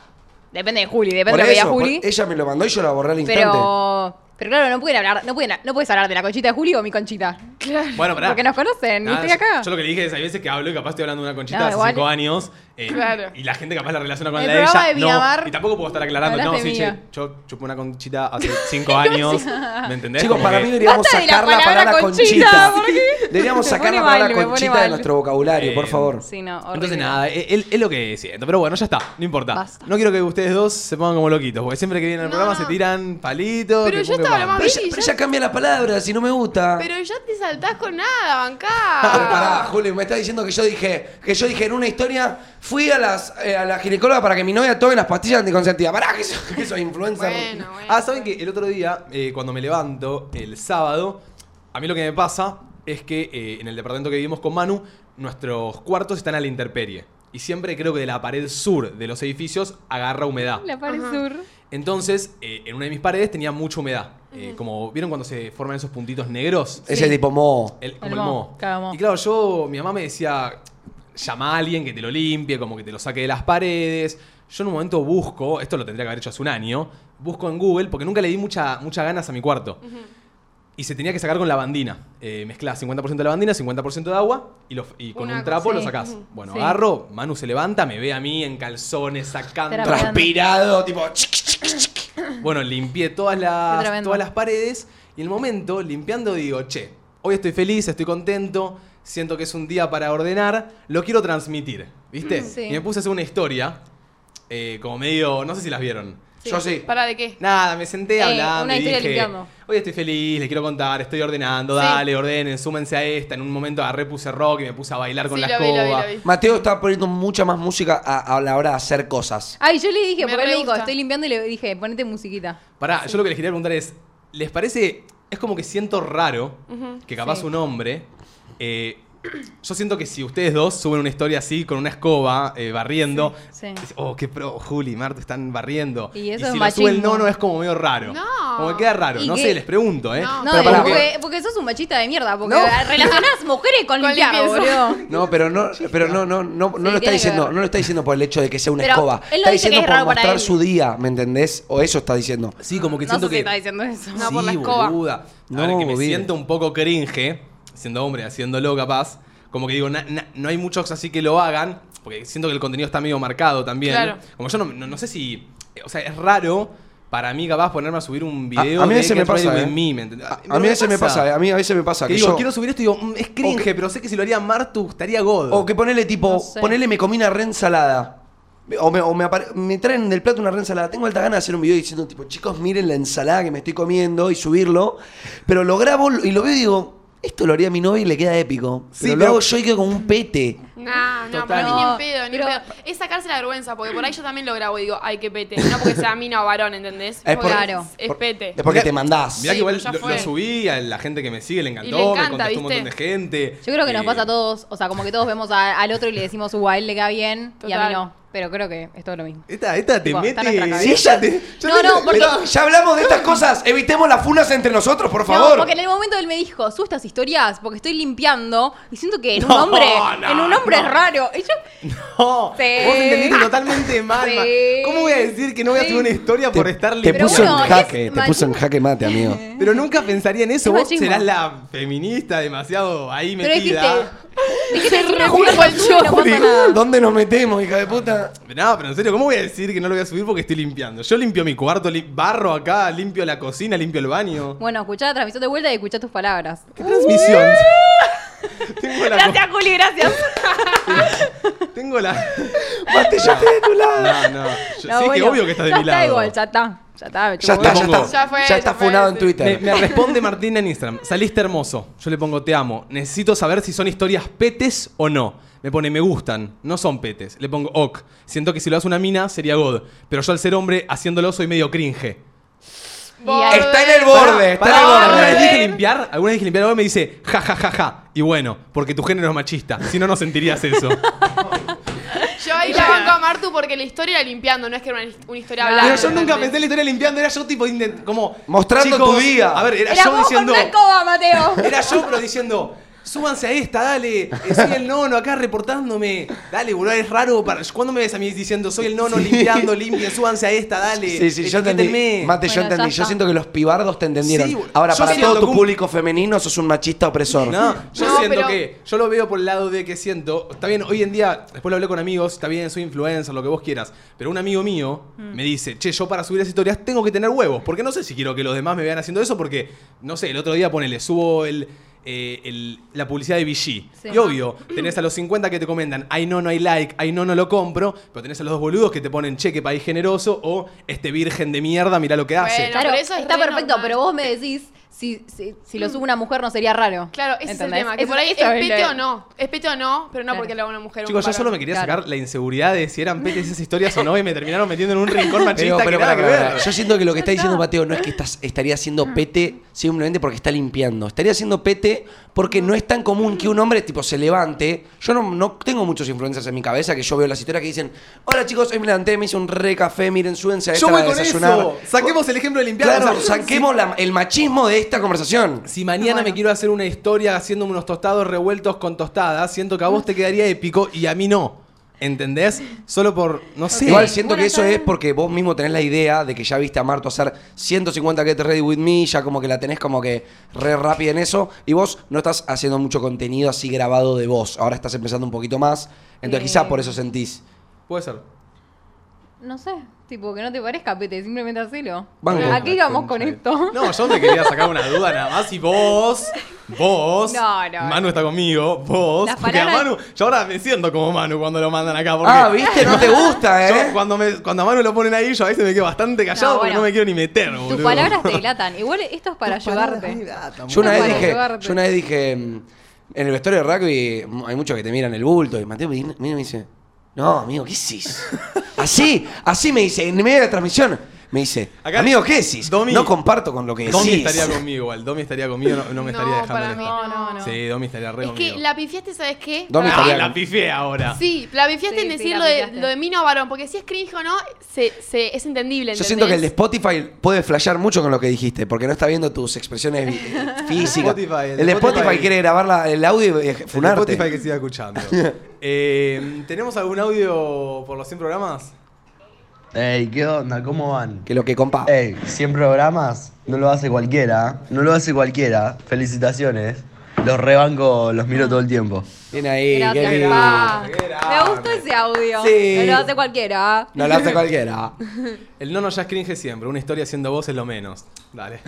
depende de Juli, depende Por de lo que diga eso, por- Juli. ella me lo mandó y yo la borré al instante. Pero, pero claro, no pueden hablar, no pueden, no puedes hablar de la conchita de Juli o mi conchita. Claro. Bueno, pará. Porque nos conocen, Nada, y yo- estoy acá. Yo, lo que le dije es, hay veces que hablo y capaz estoy hablando de una conchita No, de hace igual- cinco años. eh, Claro. Y la gente capaz la relaciona con El la de ella. programa de no, Miramar, y tampoco puedo estar aclarando. No, hablaste sí, che, mía. yo chupé una conchita hace cinco años. ¿Me entendés? Chicos, Como para que- mí deberíamos Basta de la sacar la palabra palabra conchita, conchita. ¿por qué? Deberíamos Me sacar pone la palabra mal, me pone conchita de mal. nuestro vocabulario, por Eh, favor. Sí, no, horrible. Entonces nada, e- él- es lo que siento. Pero bueno, ya está, no importa. Basta. No quiero que ustedes dos se pongan como loquitos, porque siempre que vienen al No, programa no. se tiran palitos. Pero que yo pum, que estaba pam. lo más- Pero ella, Mami, pero ya- ella cambia la palabra, si no me gusta. Pero ya te saltás con nada, Ah. Pero pará, bancá. Julio, me está diciendo que yo dije, que yo dije en una historia, fui a las eh, a la ginecóloga para que mi novia tome las pastillas anticonceptivas. Pará, que soy, que soy influencer. Bueno, bueno. Ah, saben que el otro día, eh, cuando me levanto, el sábado, a mí lo que me pasa es que eh, en el departamento que vivimos con Manu, nuestros cuartos están a la intemperie. Y siempre creo que de la pared sur de los edificios agarra humedad. La pared sur. Entonces, eh, en una de mis paredes tenía mucha humedad. Eh, como, ¿vieron cuando se forman esos puntitos negros? Ese tipo mo. El, como El el moho, moho. claro, moho. Y claro, yo, mi mamá me decía, llama a alguien que te lo limpie, como que te lo saque de las paredes. Yo en un momento busco, esto lo tendría que haber hecho hace un año, busco en Google, porque nunca le di mucha, muchas ganas a mi cuarto. Y se tenía que sacar con lavandina. Eh, mezclás 50% de lavandina, 50% de agua y, lo- y con Una un trapo cosa, lo sí. sacás. Ujú. Bueno, Sí. agarro, Manu se levanta, me ve a mí en calzones, sacando. Terapia. Transpirado, tipo. chic, chic, chic, chic. Bueno, limpié todas Qué las, tremendo. todas las paredes y en el momento, limpiando, digo, che, hoy estoy feliz, estoy contento, siento que es un día para ordenar, lo quiero transmitir, ¿viste? Mm. Sí. Y me puse a hacer una historia, eh, como medio, no sé si las vieron. Yo sí. ¿Para de qué? Nada, me senté Eh, hablando una y historia dije, limpiando. hoy estoy feliz, les quiero contar, estoy ordenando, Sí. dale, ordenen, súmense a esta. En un momento agarré, puse rock y me puse a bailar con Sí, la lo vi, lo vi, escoba. lo vi. Mateo está poniendo mucha más música a, a la hora de hacer cosas. Ay, yo le dije, Me porque él re me dijo, gusta. estoy limpiando y le dije, ponete musiquita. Pará, yo lo que les quería preguntar es, ¿les parece, es como que siento raro que capaz Sí. un hombre eh, yo siento que si ustedes dos suben una historia así, con una escoba, eh, barriendo, Sí, sí. es, oh, qué pro, Juli y Marto están barriendo. Y eso si lo es sube el machismo. nono es como medio raro. No. Como que queda raro. ¿Y No qué? sé, les pregunto, ¿eh? No. No, Pero eh, pará, porque, porque sos un machista de mierda, porque No. relacionás mujeres con, Con limpiar, limpieza. boludo. No, pero no, pero no, no, no, no lo Sí, tiene que está diciendo, ver. no lo está diciendo por el hecho de que sea una Pero escoba. él lo Está dice que diciendo es por raro para mostrar él. su día, ¿me entendés? O eso está diciendo. Sí, como que No siento sé si que. está diciendo eso. No, sí, por la escoba. boluda. A No, ver, que me vive. siento un poco cringe, siendo hombre, haciéndolo capaz. Como que digo, na- na- no hay muchos así que lo hagan, porque siento que el contenido está medio marcado también. Claro. Como yo no, no- no sé si. O sea, es raro para mí capaz ponerme a subir un A, video a mí a de veces me Get Ready pasa. With eh. Me, ¿me entendés? A, a mí a veces me pasa, eh. a mí a veces me pasa. Que Que digo, yo- quiero subir esto y digo, mm, es cringe, pero sé que si lo haría Martu estaría god. O que ponele tipo, No sé. ponele me comí una re ensalada. O me, o me apare- me traen del plato una re ensalada. Tengo alta ganas de hacer un video diciendo, tipo, chicos, miren la ensalada que me estoy comiendo y subirlo. Pero lo grabo y lo veo y digo, esto lo haría mi novia y le queda épico. Sí, pero, lo pero- hago yo y quedo como un pete. No, no, Total. para mí ni en No, pedo, ni en pero- pedo. Es sacarse la vergüenza, porque por ahí yo también lo grabo y digo, ay, qué pete. No porque sea mina o varón, ¿entendés? Es Porque por- es- Es Por- pete. Es porque Mirá- te mandás. Mirá Sí, que igual pues pero ya lo, fue. lo subí, a la gente que me sigue le encantó, me encanta, contestó un montón de ¿viste? gente. Yo creo que nos Eh, pasa a todos, o sea, como que todos vemos a- al otro y le decimos, uh, a él le queda bien, y a Total. mí no. Pero creo que es todo lo mismo. Esta, esta te Tipo, está en nuestra mete. cabeza. ella te- yo No, te- no, porque- Pero ya hablamos de estas cosas. Evitemos las funas entre nosotros, por favor. No, porque en el momento él me dijo, subo estas historias porque estoy limpiando y siento que en un No, hombre, no, en un hombre no. es raro. Y yo, No, Sí. vos entendiste totalmente mal. Sí. ma. ¿Cómo voy a decir que no voy a Sí. subir una historia por estar te libre? Pero puso bueno, en es jaque, te mal- puso en jaque mate, amigo. Pero nunca pensaría en eso. Es Vos machismo. serás la feminista demasiado ahí pero este- dijiste, metida. dijiste "Sí, una cosa así, no pasa Juli, nada". ¿Dónde nos metemos, hija de puta? No, pero en serio, ¿cómo voy a decir que no lo voy a subir porque estoy limpiando? Yo limpio mi cuarto, li- barro acá, limpio la cocina, limpio el baño. Bueno, escuchá la transmisión de vuelta y escuchá tus palabras. ¿Qué transmisión? tengo la. Gracias, Juli, gracias. Tengo la. Mate, yo estoy de tu lado. No, no. Yo- No, sí, que bueno, obvio que estás de ya mi lado. Está igual, ya está. Ya está, me Ya chupo Le está, ya pongo- está. Ya fue, Ya está ya fue, funado en sí. Me, Twitter. me responde Martina en Instagram. Saliste hermoso. Yo le pongo te amo. Necesito saber si son historias petes o no. Me pone me gustan. No son petes. Le pongo ok. Siento que si lo hace una mina sería god. Pero yo al ser hombre haciéndolo soy medio cringe. Borde. Está en el borde, está Pará, en pará, el borde. alguna vez dije limpiar, alguna vez dije limpiar algo y me dice ja ja ja ja. Y bueno, porque tu género es machista. Si no, no sentirías eso. Yo ahí la banco a Martu porque la historia era limpiando, no es que era una, una historia hablada. Pero yo nunca ¿entendés? pensé en la historia limpiando. Era yo tipo intent- como. Mostrando tu "Chicos", día. A ver, era, Era yo vos diciendo. con una escoba, Mateo. Era yo, pero diciendo, súbanse a esta, dale. eh, Soy el nono acá reportándome. Dale, boludo, es raro. Para... ¿Cuándo me ves a mí diciendo, soy el nono limpiando, limpien, súbanse a esta, dale? Sí, sí, yo entendí. etiquétenme"? Mate, yo Bueno, ya entendí. Yo está. siento que los pibardos te entendieron. Sí, boludo. Ahora, Yo para siento todo tu que un- público femenino sos un machista opresor. No, yo No, siento pero- que yo lo veo por el lado de que siento, está bien, hoy en día, después lo hablé con amigos, está bien, soy influencer, lo que vos quieras, pero un amigo mío Mm. me dice, che, yo para subir las historias tengo que tener huevos, porque no sé si quiero que los demás me vean haciendo eso, porque, no sé, el otro día ponele, subo el... eh, el- la publicidad de VG. Y obvio, tenés a los 50 que te comentan, ay no, no hay like, ay no, no lo compro, pero tenés a los dos boludos que te ponen, che, qué país generoso, o este virgen de mierda, mirá lo que hace. Bueno, Claro, pero eso es está re perfecto, normal. Mm. pero vos me decís, si, si, si lo sube una mujer no sería raro. Claro, ese es el ¿Entendés? tema. Que Eso- por ahí es eso lo- pete o no. Es pete o no, pero no Claro. porque lo haga una mujer o Chicos, un yo solo me varón. quería Claro. sacar la inseguridad de si eran petes esas historias o no y me terminaron metiendo en un rincón machista Pero, pero, que nada pará, que pará, ver. pará. Yo siento que lo que está diciendo Mateo no es que estás, estaría haciendo pete simplemente porque está limpiando. Estaría haciendo pete porque no es tan común que un hombre tipo se levante. Yo no, no tengo muchos influencers en mi cabeza que yo veo las historias que dicen, hola chicos, hoy me levanté, me hice un re café, miren, súbense a esta Yo voy a con desayunar". eso. Saquemos el ejemplo de limpiar. Claro, O sea, saquemos la- el machismo de esta conversación. Si, si mañana me quiero hacer una historia haciéndome unos tostados revueltos con tostadas, siento que a vos te quedaría épico y a mí no. ¿Entendés? Solo por. No sé. Igual siento que eso es porque vos mismo tenés la idea de que ya viste a Marto hacer 150 Get Ready With Me, ya como que la tenés como que re rápida en eso, y vos no estás haciendo mucho contenido así grabado de vos, ahora estás empezando un poquito más, entonces Eh. quizás por eso sentís. Puede ser. No sé, tipo, que no te parezca pete, simplemente hacelo. Banco. ¿A qué íbamos con esto? No, yo te quería sacar una duda nada más. Y vos. Vos. No, no, Manu está conmigo. Vos. Las Porque a palabras- Manu. Yo ahora me siento como Manu cuando lo mandan acá. Porque Ah, viste, no te gusta, Yo, ¿eh? cuando, me, cuando a Manu lo ponen ahí, yo a veces me quedo bastante callado No, porque bueno. no me quiero ni meter, Tus boludo. palabras te delatan. Igual esto es para ayudarte. Yo una, No vez para dije, ayudarte. yo una vez dije, mm, en el vestuario de rugby mm, hay muchos que te miran el bulto, y Mateo me mira y me dice, no, amigo, ¿qué hiciste? así, así me dice, en medio de la transmisión. Me Me dice, Acá- amigo, ¿qué decís? Domi- no comparto con lo que decís. Domi estaría conmigo igual. Domi estaría conmigo, no, no me estaría dejando para en mí esto. No, no, no. Sí, Domi estaría re Es conmigo. que la pifiaste, ¿sabes qué? ¿Dónde Para- Ah, estaría? la pifié ahora. Sí, la pifiaste Sí, en sí, decir la lo, de, pifiaste. lo de mí no varón, porque si es cringe o no, se, se- es entendible. Yo ¿entendés? siento que el de Spotify puede flashear mucho con lo que dijiste, porque no está viendo tus expresiones eh, físicas. Spotify, el de Spotify, quiere grabar la- el audio y eh, El de funarte. Spotify que siga escuchando. Eh, ¿Tenemos algún audio por los 100 programas? Ey, ¿qué onda? ¿Cómo van? Que Eh. lo que compa. Ey, 100 programas, no lo hace cualquiera, ¿eh? no lo hace cualquiera. Felicitaciones. Los rebanco, los miro todo el tiempo. Viene ahí, Gracias, qué pa. lindo. Qué grande. Me gustó ese audio. Sí. No lo hace cualquiera. No lo hace cualquiera. El nono ya es cringe siempre. Una historia siendo vos es lo menos. Dale.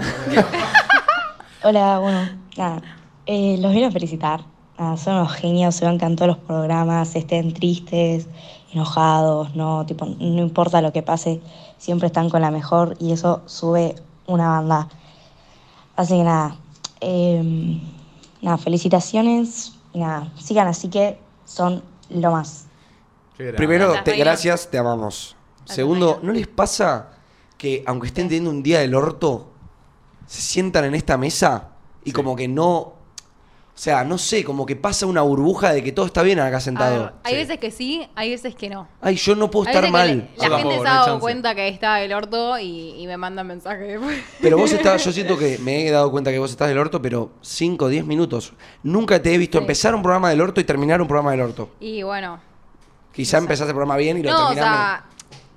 Hola, bueno, nada, eh, los vino a felicitar. Nada, son unos genios, se bancan todos los programas, estén tristes, enojados, no, tipo, no importa lo que pase, siempre están con la mejor y eso sube una banda. Así que nada, eh, nada, felicitaciones y nada, sigan así que son lo más. Qué grande. Primero, Gracias, te- Reina. gracias, te amamos. Segundo, ¿no les pasa que aunque estén teniendo un día del orto, se sientan en esta mesa y como que no... O sea, no sé, como que pasa una burbuja de que todo está bien acá A sentado. ver, hay veces que sí, hay veces que no. Ay, yo no puedo Hay estar veces que mal. La Yo gente tampoco, se no ha hay dado chance. cuenta que está el orto y, y me manda mensaje después. Pero vos estás, yo siento que me he dado cuenta que vos estás del orto, pero 5 o 10 minutos. Nunca te he visto empezar un programa del orto y terminar un programa del orto. Y bueno. Quizá empezaste el programa bien y lo No, o terminaste. sea,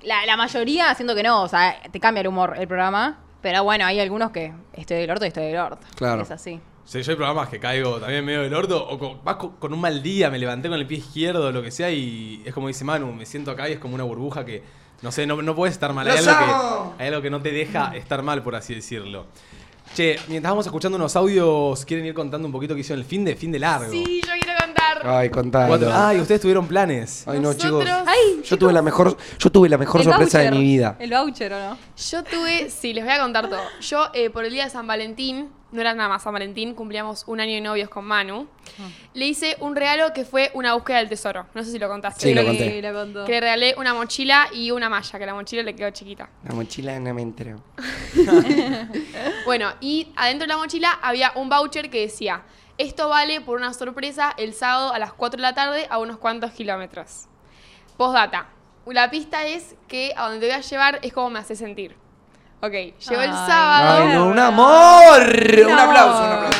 la, la mayoría siento que no. O sea, te cambia el humor el programa. Pero bueno, hay algunos que estoy del orto y estoy del orto. Claro. Es así. Sí, yo hay programas que caigo también medio del orto. O con, vas co- con un mal día, me levanté con el pie izquierdo, lo que sea. Y es como dice Manu, me siento acá y es como una burbuja que. No sé, no, no puedes estar mal. Hay ¡Los algo, amo! que, hay algo que no te deja estar mal, por así decirlo. Che, mientras vamos escuchando unos audios, ¿quieren ir contando un poquito qué hicieron el fin de, fin de largo? Sí, yo quiero contar. Ay, Cuatro- contalo. Ay, ustedes tuvieron planes. Ay, no, Nosotros- chicos. Ay, Yo tuve la mejor, yo tuve la mejor El sorpresa de voucher. mi vida. El voucher, ¿o no? Yo tuve, sí, les voy a contar todo. Yo, eh, por el día de San Valentín, no era nada más San Valentín, cumplíamos un año de novios con Manu. Ah. Le hice un regalo que fue una búsqueda del tesoro. No sé si lo contaste. Sí, lo que- conté. lo contó. Que le regalé una mochila y una malla, que la mochila le quedó chiquita. La mochila no me enteró. Bueno, y adentro de la mochila había un voucher que decía, esto vale por una sorpresa el sábado a las 4 de la tarde a unos cuantos kilómetros. Postdata. La pista es que a donde te voy a llevar es como me hace sentir. Ok, llegó el Ay, sábado. Ay, no, un amor. Un aplauso, un aplauso.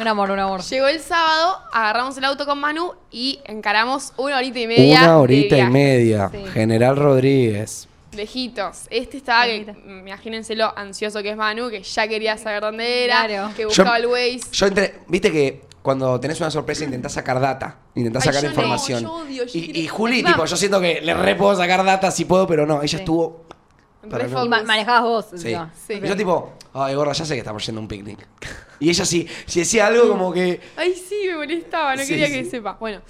Un amor, un amor. Llegó el sábado, agarramos el auto con Manu y encaramos una horita y media. Una de horita y viaje. media. General Rodríguez. Lejitos. Este estaba, que- Lejitos. imagínense lo ansioso que es Manu, que ya quería saber dónde era, Claro. que buscaba el Waze. Yo entré, viste que cuando tenés una sorpresa intentás sacar data, intentás Ay, sacar yo no, información. yo odio, yo y, y quiero- Juli, Encima- tipo, yo siento que le re puedo sacar data si puedo, pero no, ella estuvo. Para Re no- focus. Ma- manejabas vos. Sí. encima. Sí. Yo tipo, ay gorda, ya sé que estamos yendo a un picnic. Y ella sí, si decía algo como que. Ay, sí, me molestaba, no Sí, quería sí. que sepa. Bueno,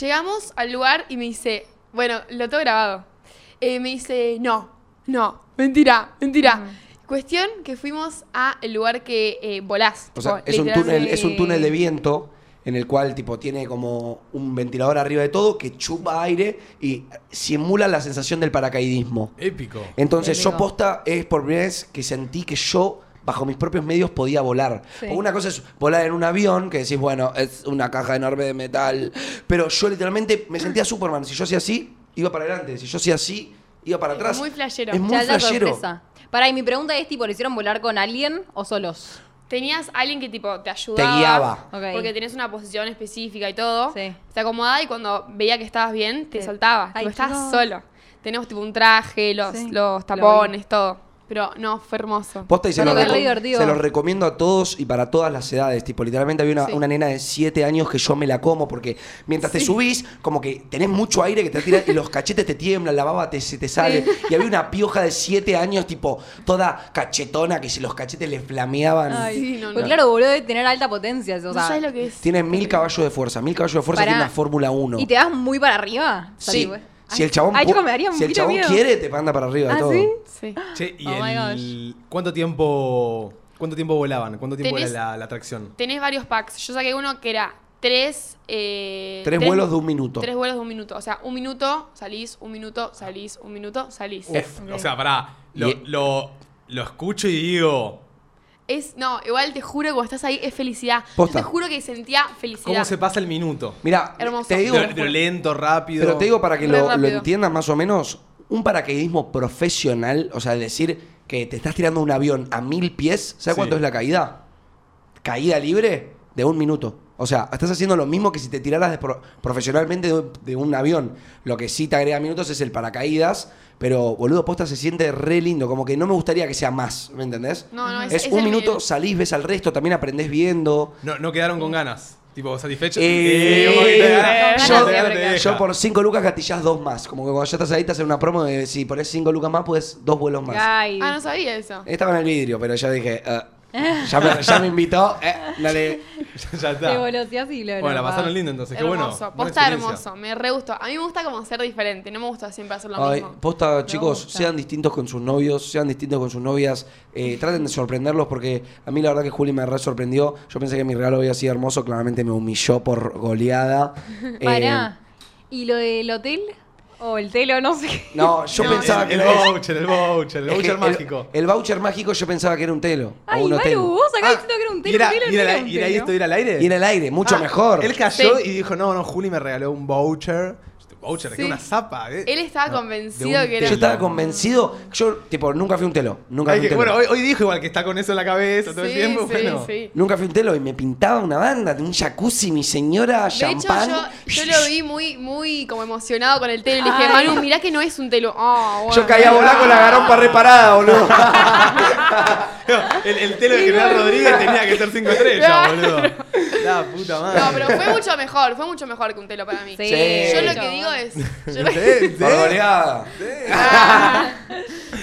llegamos al lugar y me dice, bueno, lo tengo grabado. Eh, me dice, no, no, mentira, mentira. Cuestión que fuimos a el lugar que eh, volás. O sea, tipo, eh, es un túnel, literalmente. es un túnel de viento en el cual tipo tiene como un ventilador arriba de todo que chupa aire y simula la sensación del paracaidismo. Épico. Entonces, yo Épico. posta es por primera vez que sentí que yo, bajo mis propios medios, podía volar. Sí. Porque una cosa es volar en un avión, que decís, bueno, es una caja enorme de metal. Pero yo literalmente me sentía Superman. Si yo hacía así, iba para adelante. Si yo hacía así, iba para atrás. muy flashero. Es muy Ya es la flashero. sorpresa. Pará, y mi pregunta es, tipo, ¿lo hicieron volar con alguien o solos? Tenías a alguien que tipo te ayudaba. guiaba. Ok. Porque tenías una posición específica y todo. Sí. Te acomodaba y cuando veía que estabas bien, te Sí. soltaba. Ay, Tipo, estabas chicos. solo. Tenemos tipo un traje, los, Sí. los Lo tapones, todo. Pero no, fue hermoso. Posta y se Pero los, es re reco- divertido. se los recomiendo a todos y para todas las edades. Tipo, literalmente había una, Sí. una nena de 7 años que yo me la como porque mientras te subís, como que tenés mucho aire que te tira y los cachetes te tiemblan, la baba te, se te sale. Y había una pioja de 7 años, tipo, toda cachetona, que si los cachetes le flameaban. Sí, no, Porque no. claro, boludo, de tener alta potencia. O sea, No sabes lo que es. Tiene mil caballos de fuerza. Mil caballos de fuerza Pará. tiene una Fórmula 1. ¿Y te das muy para arriba? Salí, sí. güey. Si Ay, el chabón, ay, pu- chico, me daría un si el poquito chabón miedo. quiere, te manda para arriba de ¿Ah, todo. sí? Sí. Che, ¿y Oh my el- cuánto tiempo cuánto tiempo volaban? ¿Cuánto tiempo Tenés- era la, la atracción? Tenés varios packs. Yo saqué uno que era tres, eh, Tres vuelos de un minuto. Tres vuelos de un minuto. O sea, un minuto, salís, un minuto, salís, un minuto, salís. Eh, Uf, o sea, pará. Lo, Y- lo, lo escucho y digo. Es, no, igual te juro que cuando estás ahí es felicidad. Posta. Yo te juro que sentía felicidad. ¿Cómo se pasa el minuto? Mira, Hermoso. te digo, Lo- lo lento, rápido. pero te digo para que Re lo, lo rápido. entiendan más o menos, un paracaidismo profesional, o sea, decir que te estás tirando un avión a mil pies, ¿sabes Sí. cuánto es la caída? Caída libre de un minuto. O sea, estás haciendo lo mismo que si te tiraras de pro- profesionalmente de, un- de un avión. Lo que sí te agrega minutos es el paracaídas, pero boludo, posta se siente re lindo, como que no me gustaría que sea más, ¿me entendés? No, no, es, es, es un el- minuto, salís, ves al resto, también aprendés viendo. No, no quedaron con ganas. Tipo, satisfechos. Eh, como que te da- yo- como que "Ah, te da- te deja. Yo por 5 lucas gatillas dos más. Como que cuando ya estás ahí, te hacen una promo de si pones 5 lucas más, pues dos vuelos más. Ay. Ah, no sabía eso. Estaba en el vidrio, pero ya dije, ah, ya, me, ya me invitó. eh, dale. ya Te está. voloteas y lo Bueno, la lográs. pasaron lindo entonces. Qué bueno. hermoso. buena Posta experiencia. hermoso. Me re gustó. A mí me gusta como ser diferente. No me gusta siempre hacer lo Ay, mismo. posta, chicos, gusta. sean distintos con sus novios, sean distintos con sus novias. eh, traten de sorprenderlos porque a mí la verdad que Juli me re sorprendió. Yo pensé que mi regalo había sido hermoso, claramente me humilló por goleada. Eh, Pará. ¿Y lo del hotel? O el telo, no sé. Eh, no, yo No, pensaba el, que el no es- voucher, el voucher, el es que voucher mágico. El, voucher mágico yo pensaba que era un telo. Ay, o un hotel. Maru, vos acá Ah, diciendo que era un telo, ¿Y era, un telo, y era no la- un y era telo. esto ir al aire? Y en el aire, mucho Ah, mejor. Él cayó Sí. y dijo, no, no, Juli me regaló un voucher. Voucher, que Sí. una zapa. eh. Él estaba de convencido un que Yo era. estaba convencido. Yo, tipo, nunca fui un telo. Nunca Ay, fui que- un bueno, telo. hoy, hoy dijo igual que está con eso en la cabeza todo el Sí, tiempo. sí, bueno. sí. Nunca fui un telo y me pintaba una banda, un jacuzzi, mi señora, De hecho, champán. yo, yo lo vi muy, muy como emocionado con el telo. Le dije, Manu, mirá que no es un telo. Ah, bueno. Yo caía a volar con la garompa reparada, boludo. El, el telo de General Rodríguez tenía que ser 5 estrellas, boludo. La puta madre. No, pero fue mucho mejor. Fue mucho mejor que un telo para mí. Sí. Sí. Yo lo que digo es. yo lo- Sí, sí. Por goleada.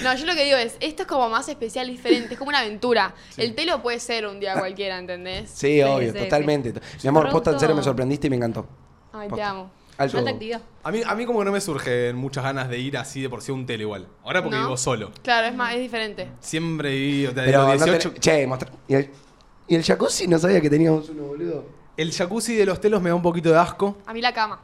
no, yo lo que digo es, esto es como más especial, diferente, es como una aventura. El telo puede ser un día cualquiera, ¿entendés? Sí, obvio, sí, totalmente. Mi amor, Me posta en serio gustó. me sorprendiste y me encantó. Ay, te Posta. amo. Alto. Falta actividad. A mí, a mí como que no me surgen muchas ganas de ir así de por sí a un telo igual. Ahora porque No. vivo solo. Claro, es más, es diferente. Siempre viví desde Pero los no 18. tenés- Che, mostra. ¿Y el, y el jacuzzi no sabía que teníamos uno, boludo. El jacuzzi de los telos me da un poquito de asco. A mí la cama.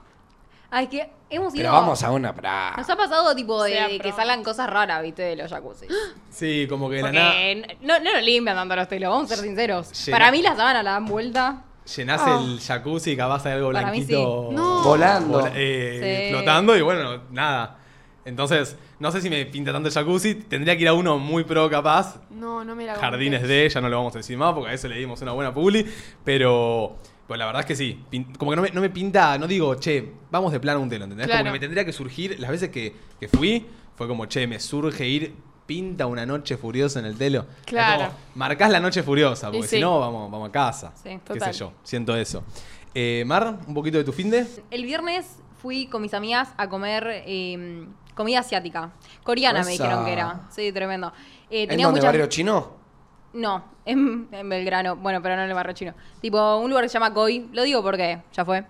Ay, que hemos ido. Pero vamos a una pra. Nos ha pasado tipo de Sea que pro. salgan cosas raras, viste, de los jacuzzis. Sí, como que de la nada Porque no, no nos limpian tanto los telos, vamos a ser sinceros. Llena- Para mí las sábanas la dan vuelta. llenás el jacuzzi y capaz hay algo Para mí blanquito. sí. No. Volando. vola- eh, Sí. flotando y bueno, nada. Entonces, no sé si me pinta tanto el jacuzzi. Tendría que ir a uno muy pro capaz. No, no me la Jardines de, ya no lo vamos a decir más porque a eso le dimos una buena publi. Pero, pues la verdad es que sí. Pin- Como que no me, no me pinta, no digo, che, vamos de plano a un telo, ¿entendés? Como Claro. que me tendría que surgir, las veces que, que fui, fue como, che, me surge ir, pinta una noche furiosa en el telo. Es Claro. como, marcás la noche furiosa, porque Y sí. si no, vamos, vamos a casa. Sí, Qué total. sé yo, siento eso. Eh, Mar, un poquito de tu finde. El viernes fui con mis amigas a comer eh, comida asiática. Coreana me Esa. dijeron que era. Sí, tremendo. Eh, ¿En tenía dónde, muchas- barrio chino? No, en, en Belgrano. Bueno, pero no en el barrio chino. Tipo, un lugar que se llama Koi. Lo digo porque ya fue.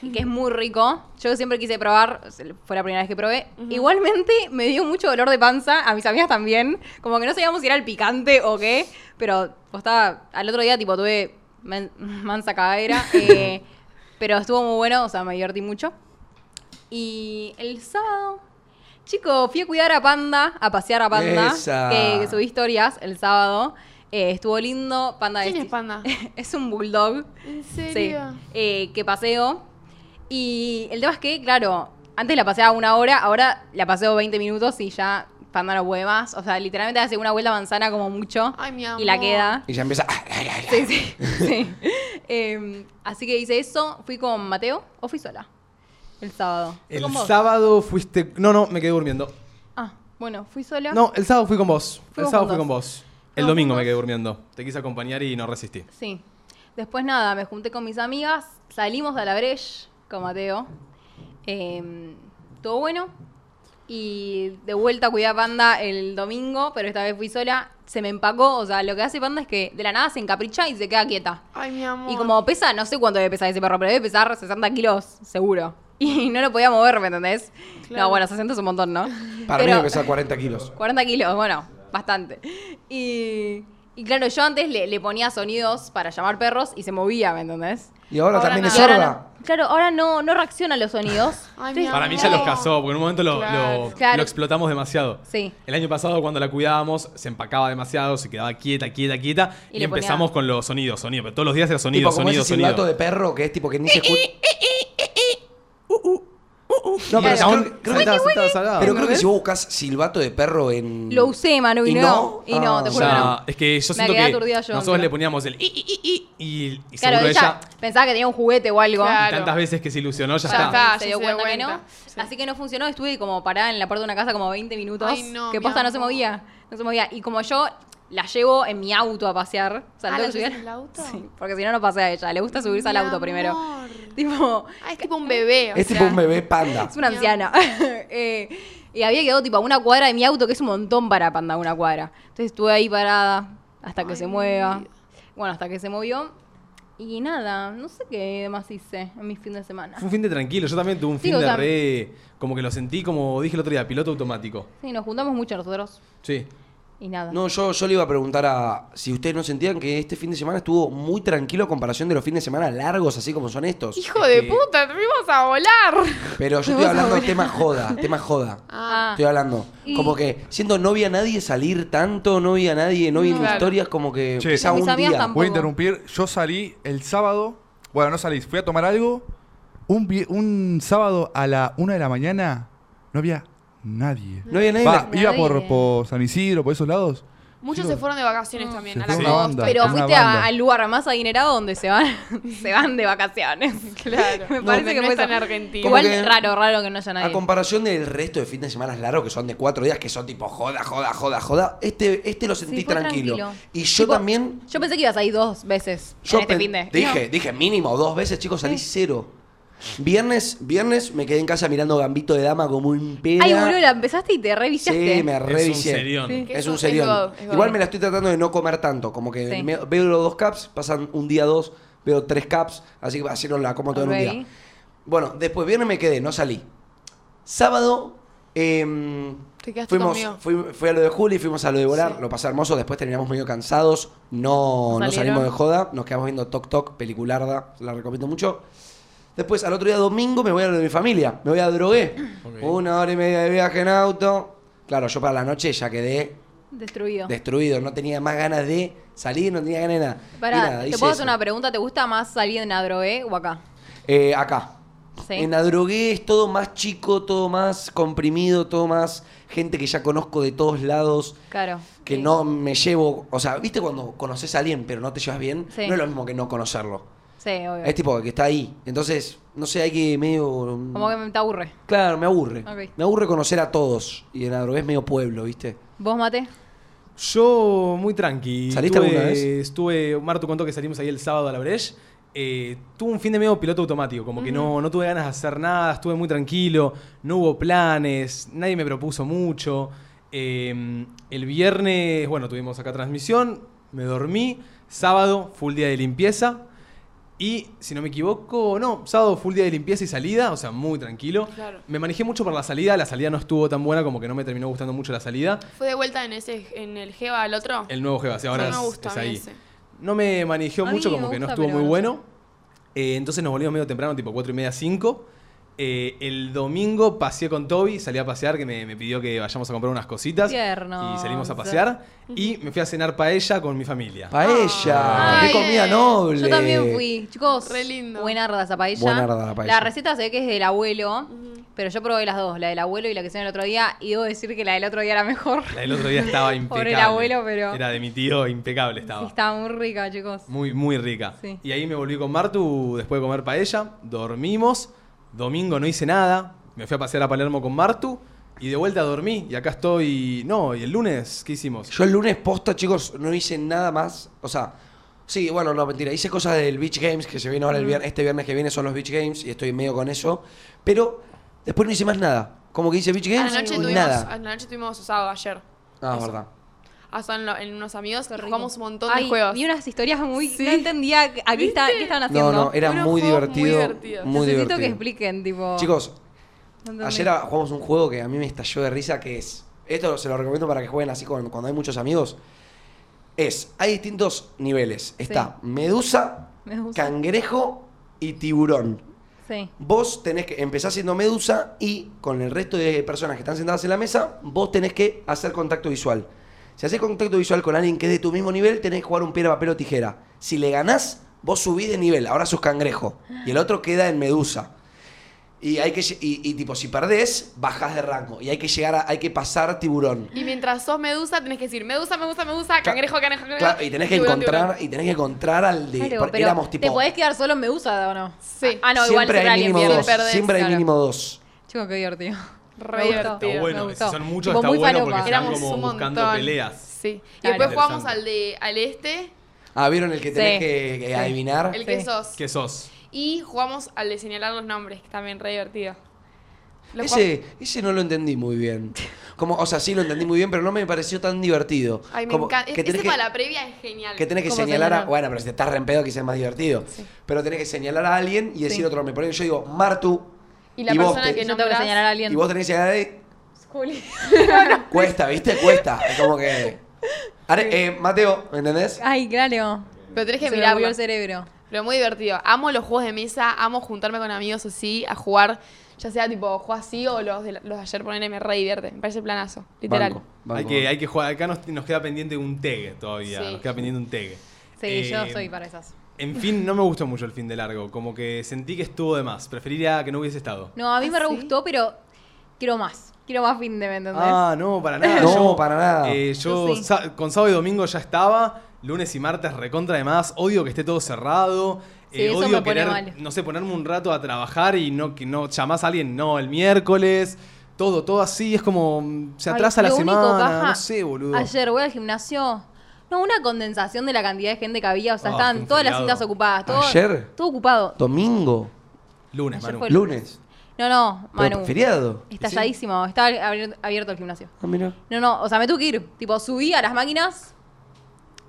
Que es muy rico. Yo siempre quise probar. Fue la primera vez que probé. Igualmente, me dio mucho dolor de panza. A mis amigas también. Como que no sabíamos si era el picante o qué. Pero estaba. Al otro día, tipo, tuve man- mansa cadera. eh, pero estuvo muy bueno. O sea, me divertí mucho. Y el sábado. Chico, fui a cuidar a Panda, a pasear a Panda, Esa. que, que subí historias el sábado. Eh, estuvo lindo. Panda ¿Quién vesti- es Panda? es un bulldog. ¿En Sí. serio? Eh, que paseo. Y el tema es que, claro, antes la paseaba una hora, ahora la paseo 20 minutos y ya Panda no puede más. O sea, literalmente hace una vuelta a manzana como mucho. Ay, mi Y la amor. queda. Y ya empieza. Sí, sí. sí. Eh, así que hice eso. Fui con Mateo o fui sola. El sábado. Fui El con vos. sábado fuiste. No, no, me quedé durmiendo. Ah, bueno, fui sola. No, el sábado fui con vos. el Fuimos sábado fui con vos. juntos. El No, domingo me juntos. quedé durmiendo. Te quise acompañar y no resistí. Sí. Después nada, me junté con mis amigas, salimos a la Breche con Mateo. Eh, todo bueno. Y de vuelta cuidé a Panda el domingo, pero esta vez fui sola. Se me empacó, o sea, lo que hace Panda es que de la nada se encapricha y se queda quieta. Ay, mi amor. Ah, Y como pesa, no sé cuánto debe pesar ese perro, pero debe pesar 60 kilos, seguro. Y no lo podía mover, ¿me entendés? Claro. No, bueno, 60 es un montón, ¿no? Para mí Pero- me pesa 40 kilos. 40 kilos, bueno, bastante. Y, Y claro, yo antes le, le ponía sonidos para llamar perros y se movía, ¿me entendés? Y ahora, Ahora también no. es Y ahora sorda. no- claro, ahora no, no reacciona a los sonidos. Ay, Entonces- eh, mi Para mí ya amor. los casó, porque en un momento lo, Claro. lo- Claro. lo explotamos demasiado. Sí. El año pasado, cuando la cuidábamos, se empacaba demasiado, se quedaba quieta, quieta, quieta. Y Y, le ponía- empezamos con los sonidos, sonidos. Pero todos los días era sonido, tipo como sonido, ese sonido. silbato de perro que es tipo que ni se escucha. No, pero, el chabón creo, creo saltaba, que, saltaba, saltaba. pero creo que si vos buscas silbato de perro en. Lo usé, Manu, y, ¿Y no. no? Y no, Ah. te O juro que sea, no. es que yo Me siento quedé que aturdida yo, nosotros creo. le poníamos el i, i, i, i, y, y Claro, seguro ella ella, pensaba que tenía un juguete o algo. Claro. tantas veces que se ilusionó, ya, Ya está. está. se ya se dio dio cuenta que cuenta. no. Sí. Así que no funcionó. Estuve como parada en la puerta de una casa como 20 minutos. Ay, no, que mi posta no se amor. movía. No se movía. Y como yo la llevo en mi auto a pasear. O sea, Ah, tengo ¿la que subir- llevas en el auto? Sí, porque si no, no pasea a ella. Le gusta subirse al Mi auto primero. amor. Tipo, Ah, es tipo un bebé. o Es sea. tipo un bebé panda. es una anciana. Eh, y había quedado tipo a una cuadra de mi auto, que es un montón para panda, una cuadra. Entonces estuve ahí parada hasta que Ay, se mi mueva. vida. Bueno, hasta que se movió. Y nada, no sé qué más hice en mi fin de semana. Fue un fin de tranquilo, yo también tuve un Sí, fin o de sea- re. Como que lo sentí, como dije el otro día, piloto automático. Sí, nos juntamos mucho nosotros. Sí. Y nada. No, yo, yo le iba a preguntar a si ustedes no sentían que este fin de semana estuvo muy tranquilo a comparación de los fines de semana largos, así como son estos. Hijo de puta, te fuimos a volar. Pero yo estoy hablando de tema joda, tema joda. Ah. Estoy hablando. Y- Como que siendo no vi a nadie salir tanto, no vi a nadie, Mm, no vi ni Claro. historias, como que Che. quizá Mis un amigas día. tampoco. Voy a interrumpir. Yo salí el sábado. Bueno, no salí. Fui a tomar algo. Un, vie- un sábado a la una de la mañana no había nadie. No había nadie. en Va, la- nadie. iba por, por San Isidro, por esos lados. Muchos Chicos, se fueron de vacaciones también. se a la fue costa. una banda. Pero una fuiste a- banda. al lugar más adinerado donde se van, se van de vacaciones. Claro. Me No, parece no que está fue eso. en Argentina. Igual Como que- raro, raro que no haya nadie. A comparación del resto de fines de semana largos que son de cuatro días, que son tipo joda, joda, joda, joda, este, este lo Sí, sentí fue tranquilo. Y yo Tipo, también. Yo pensé que ibas a ir dos veces Yo en este pen- fin de. dije, dije mínimo dos veces, chicos, salí cero. Viernes, viernes me quedé en casa mirando Gambito de Dama como un No. pera. Ay, boludo, la empezaste y te reviciaste. Sí, me revisé. Es un serión. Sí. Es Eso un es serión. God, es God. Igual me la estoy tratando de no comer tanto. Como que Sí. me- veo los dos caps, pasan un día dos, veo tres caps, así que así no la como todo en Ok. un día. Bueno, después viernes me quedé, no salí. Sábado, em, Te quedaste fuimos, conmigo. fui, fui a lo de Juli, fuimos a lo de volar, Sí. lo pasé hermoso, después terminamos medio cansados, no, no ¿Salieron? salimos de joda, nos quedamos viendo Tok Tok, pelicularda, la recomiendo mucho. Después, al otro día domingo, me voy a lo de mi familia. Me voy a drogué. Una hora y media de viaje en auto. Claro, yo para la noche ya quedé Destruido. destruido. No tenía más ganas de salir, no tenía ganas de nada. Pará, Y nada, te hice puedo hacer eso. una pregunta. ¿Te gusta más salir en Adroé o acá? Eh, acá. Sí. En la drogué es todo más chico, todo más comprimido, todo más gente que ya conozco de todos lados. Claro. Que Sí. no me llevo. O sea, ¿viste cuando conoces a alguien pero no te llevas bien? Sí. No es lo mismo que no conocerlo. Sí, obvio. Es tipo que está ahí. Entonces, no sé, hay que medio. mm, Como que me te aburre. Claro, me aburre. Ok. Me aburre conocer a todos. Y en Adrogué es medio pueblo, ¿viste? ¿Vos, Mate? Yo muy tranqui. ¿Saliste Tuve- alguna vez? Estuve, Martu contó que salimos ahí el sábado a la Breche. Eh, tuve un fin de medio piloto automático, como que no, no tuve ganas de hacer nada, estuve muy tranquilo, no hubo planes, nadie me propuso mucho. Eh, el viernes, bueno, tuvimos acá transmisión, me dormí, sábado, full día de limpieza. Y si no me equivoco, no, sábado full día de limpieza y salida, o sea, muy tranquilo. Claro. Me manejé mucho por la salida, la salida no estuvo tan buena como que no me terminó gustando mucho la salida. ¿Fue de vuelta en ese en el Geva al otro? El nuevo Jeva, sí, ahora no es, me gusta es a mí ahí. ese. No me manejó A mí mucho, me como que no gusta, estuvo pero muy no bueno. Eh, entonces nos volvimos medio temprano, tipo 4 y media, 5. Eh, el domingo paseé con Toby, salí a pasear, que me, me pidió que vayamos a comprar unas cositas. Tiernos. Y salimos a pasear. Y me fui a cenar paella con mi familia. Paella. Ay, ¡Qué comida eh. noble! Ah, Yo también fui. Chicos, Re lindo. buenarda esa paella. Buenarda la paella. La receta se ve que es del abuelo, pero yo probé las dos, la del abuelo y la que hicieron el otro día, y debo decir que la del otro día era mejor. La del otro día estaba impecable. Pobre el abuelo, pero- Era de mi tío, impecable estaba. Sí, estaba muy rica, chicos. Muy, muy rica. Sí. Y ahí me volví con Martu después de comer paella. Dormimos. Domingo no hice nada. Me fui a pasear a Palermo con Martu. Y de vuelta dormí. Y acá estoy. No, y el lunes, ¿qué hicimos? Yo el lunes posta, chicos, no hice nada más. O sea, sí, bueno, no, mentira. Hice cosas del Beach Games que se viene ahora el viernes. Este viernes que viene son los Beach Games y estoy medio con eso. Pero después no hice más nada. Como que hice Beach A Games la noche y tuvimos, a nada. la noche tuvimos asado ayer. Ah, es verdad. Asado en, lo- en unos amigos, Qué rico. jugamos un montón Ay, de juegos. Vi unas historias muy. No entendía a qué, a qué está- qué estaban haciendo. No, no, era Unos muy juegos muy divertido. Muy divertido. divertidos. Necesito que expliquen, tipo. Chicos, no entendí. Ayer a- jugamos un juego que a mí me estalló de risa, que es... Esto se lo recomiendo para que jueguen así con- cuando hay muchos amigos. es, hay distintos niveles. Está medusa, Medusa. cangrejo y tiburón. Sí. Vos tenés que empezar siendo medusa y con el resto de personas que están sentadas en la mesa, vos tenés que hacer contacto visual. Si haces contacto visual con alguien que es de tu mismo nivel, tenés que jugar un piedra, papel o tijera. Si le ganás, vos subís de nivel, ahora sos cangrejo. Y el otro queda en medusa. Y hay que lle- y, y tipo, si perdés, bajás de rango. Y hay que llegar a, hay que pasar tiburón. Y mientras sos medusa, tenés que decir medusa, medusa, medusa, cangrejo, cangrejo, cangrejo. Claro, y tenés que tiburón, encontrar, tiburón. y tenés que encontrar al de. Claro, porque pero éramos tipo. ¿Te podés quedar solo en Medusa o no? Sí. Ah, siempre no, igual siempre hay alguien mínimo pierde. dos. perdés, siempre hay claro. mínimo dos. Chico, qué divertido. Re divertido. me Está bueno, gustó. si son muchos Tipo, está muy bueno falopa. porque están Éramos como un montón. buscando peleas. Sí. Y Claro. después jugamos Interesante. al de al este, Ah, ¿vieron el que tenés Sí. que, que adivinar? el que Sí. sos. ¿Qué sos? Y jugamos al de señalar los nombres, que también re divertido. Lo Ese, ese no lo entendí muy bien. Como, o sea, sí lo entendí muy bien, pero no me pareció tan divertido. jugamos- Ay, me Como encanta. Que Ese tenés que, para la previa es genial. que tenés que ¿Cómo señalar a. señalar? Bueno, pero si te estás re en pedo, quizás es más divertido. Pero tenés que señalar a alguien y decir Sí. otro nombre. Por ejemplo, yo digo Martu. Y la vos persona te- que Yo no tengo que señalar a alguien. Y vos tenés que señalar a alguien. Juli. Cuesta, ¿viste? Cuesta. Es como que. Are- eh, Mateo, ¿me entendés? Ay, claro. Pero tenés que Se me movió mirarlo. el cerebro. Pero muy divertido. Amo los juegos de mesa, amo juntarme con amigos así, a jugar, ya sea tipo juego así o los de, los de ayer ponerme me re divierte. Me parece planazo, literal. Banco, banco, Hay que, hay que jugar. Acá nos, nos queda pendiente un tag todavía. Sí. Nos queda pendiente un tag. Sí, Eh, yo soy para esas. En fin, no me gustó mucho el fin de largo. Como que sentí que estuvo de más. Preferiría que no hubiese estado. No, a mí ¿Ah, me re sí? gustó, pero quiero más. Quiero más fin de, ¿me entendés? Ah, no, para nada. No, Yo- para nada. eh, yo Yo sí. sa- con sábado y domingo ya estaba. Lunes y martes recontra de más. Odio que esté todo cerrado. Sí, eh, eso odio me pone querer, mal. no sé, ponerme un rato a trabajar y no que no llamás a alguien, no, el miércoles. Todo, todo así. Es como mm, se Ay, atrasa la lo único, semana. baja, no sé, boludo. Ayer voy al gimnasio. No, una condensación de la cantidad de gente que había. O sea, Ah, fue estaban un todas las feriado. cintas ocupadas. Todo, ¿Ayer? Todo ocupado. Domingo, Lunes, Ayer Manu. fue el- lunes. No, no, Pero Manu. feriado. Estalladísimo. Estaba abier- abierto el gimnasio. Ah, mira. No, no, o sea, me tuve que ir. Tipo, subí a las máquinas,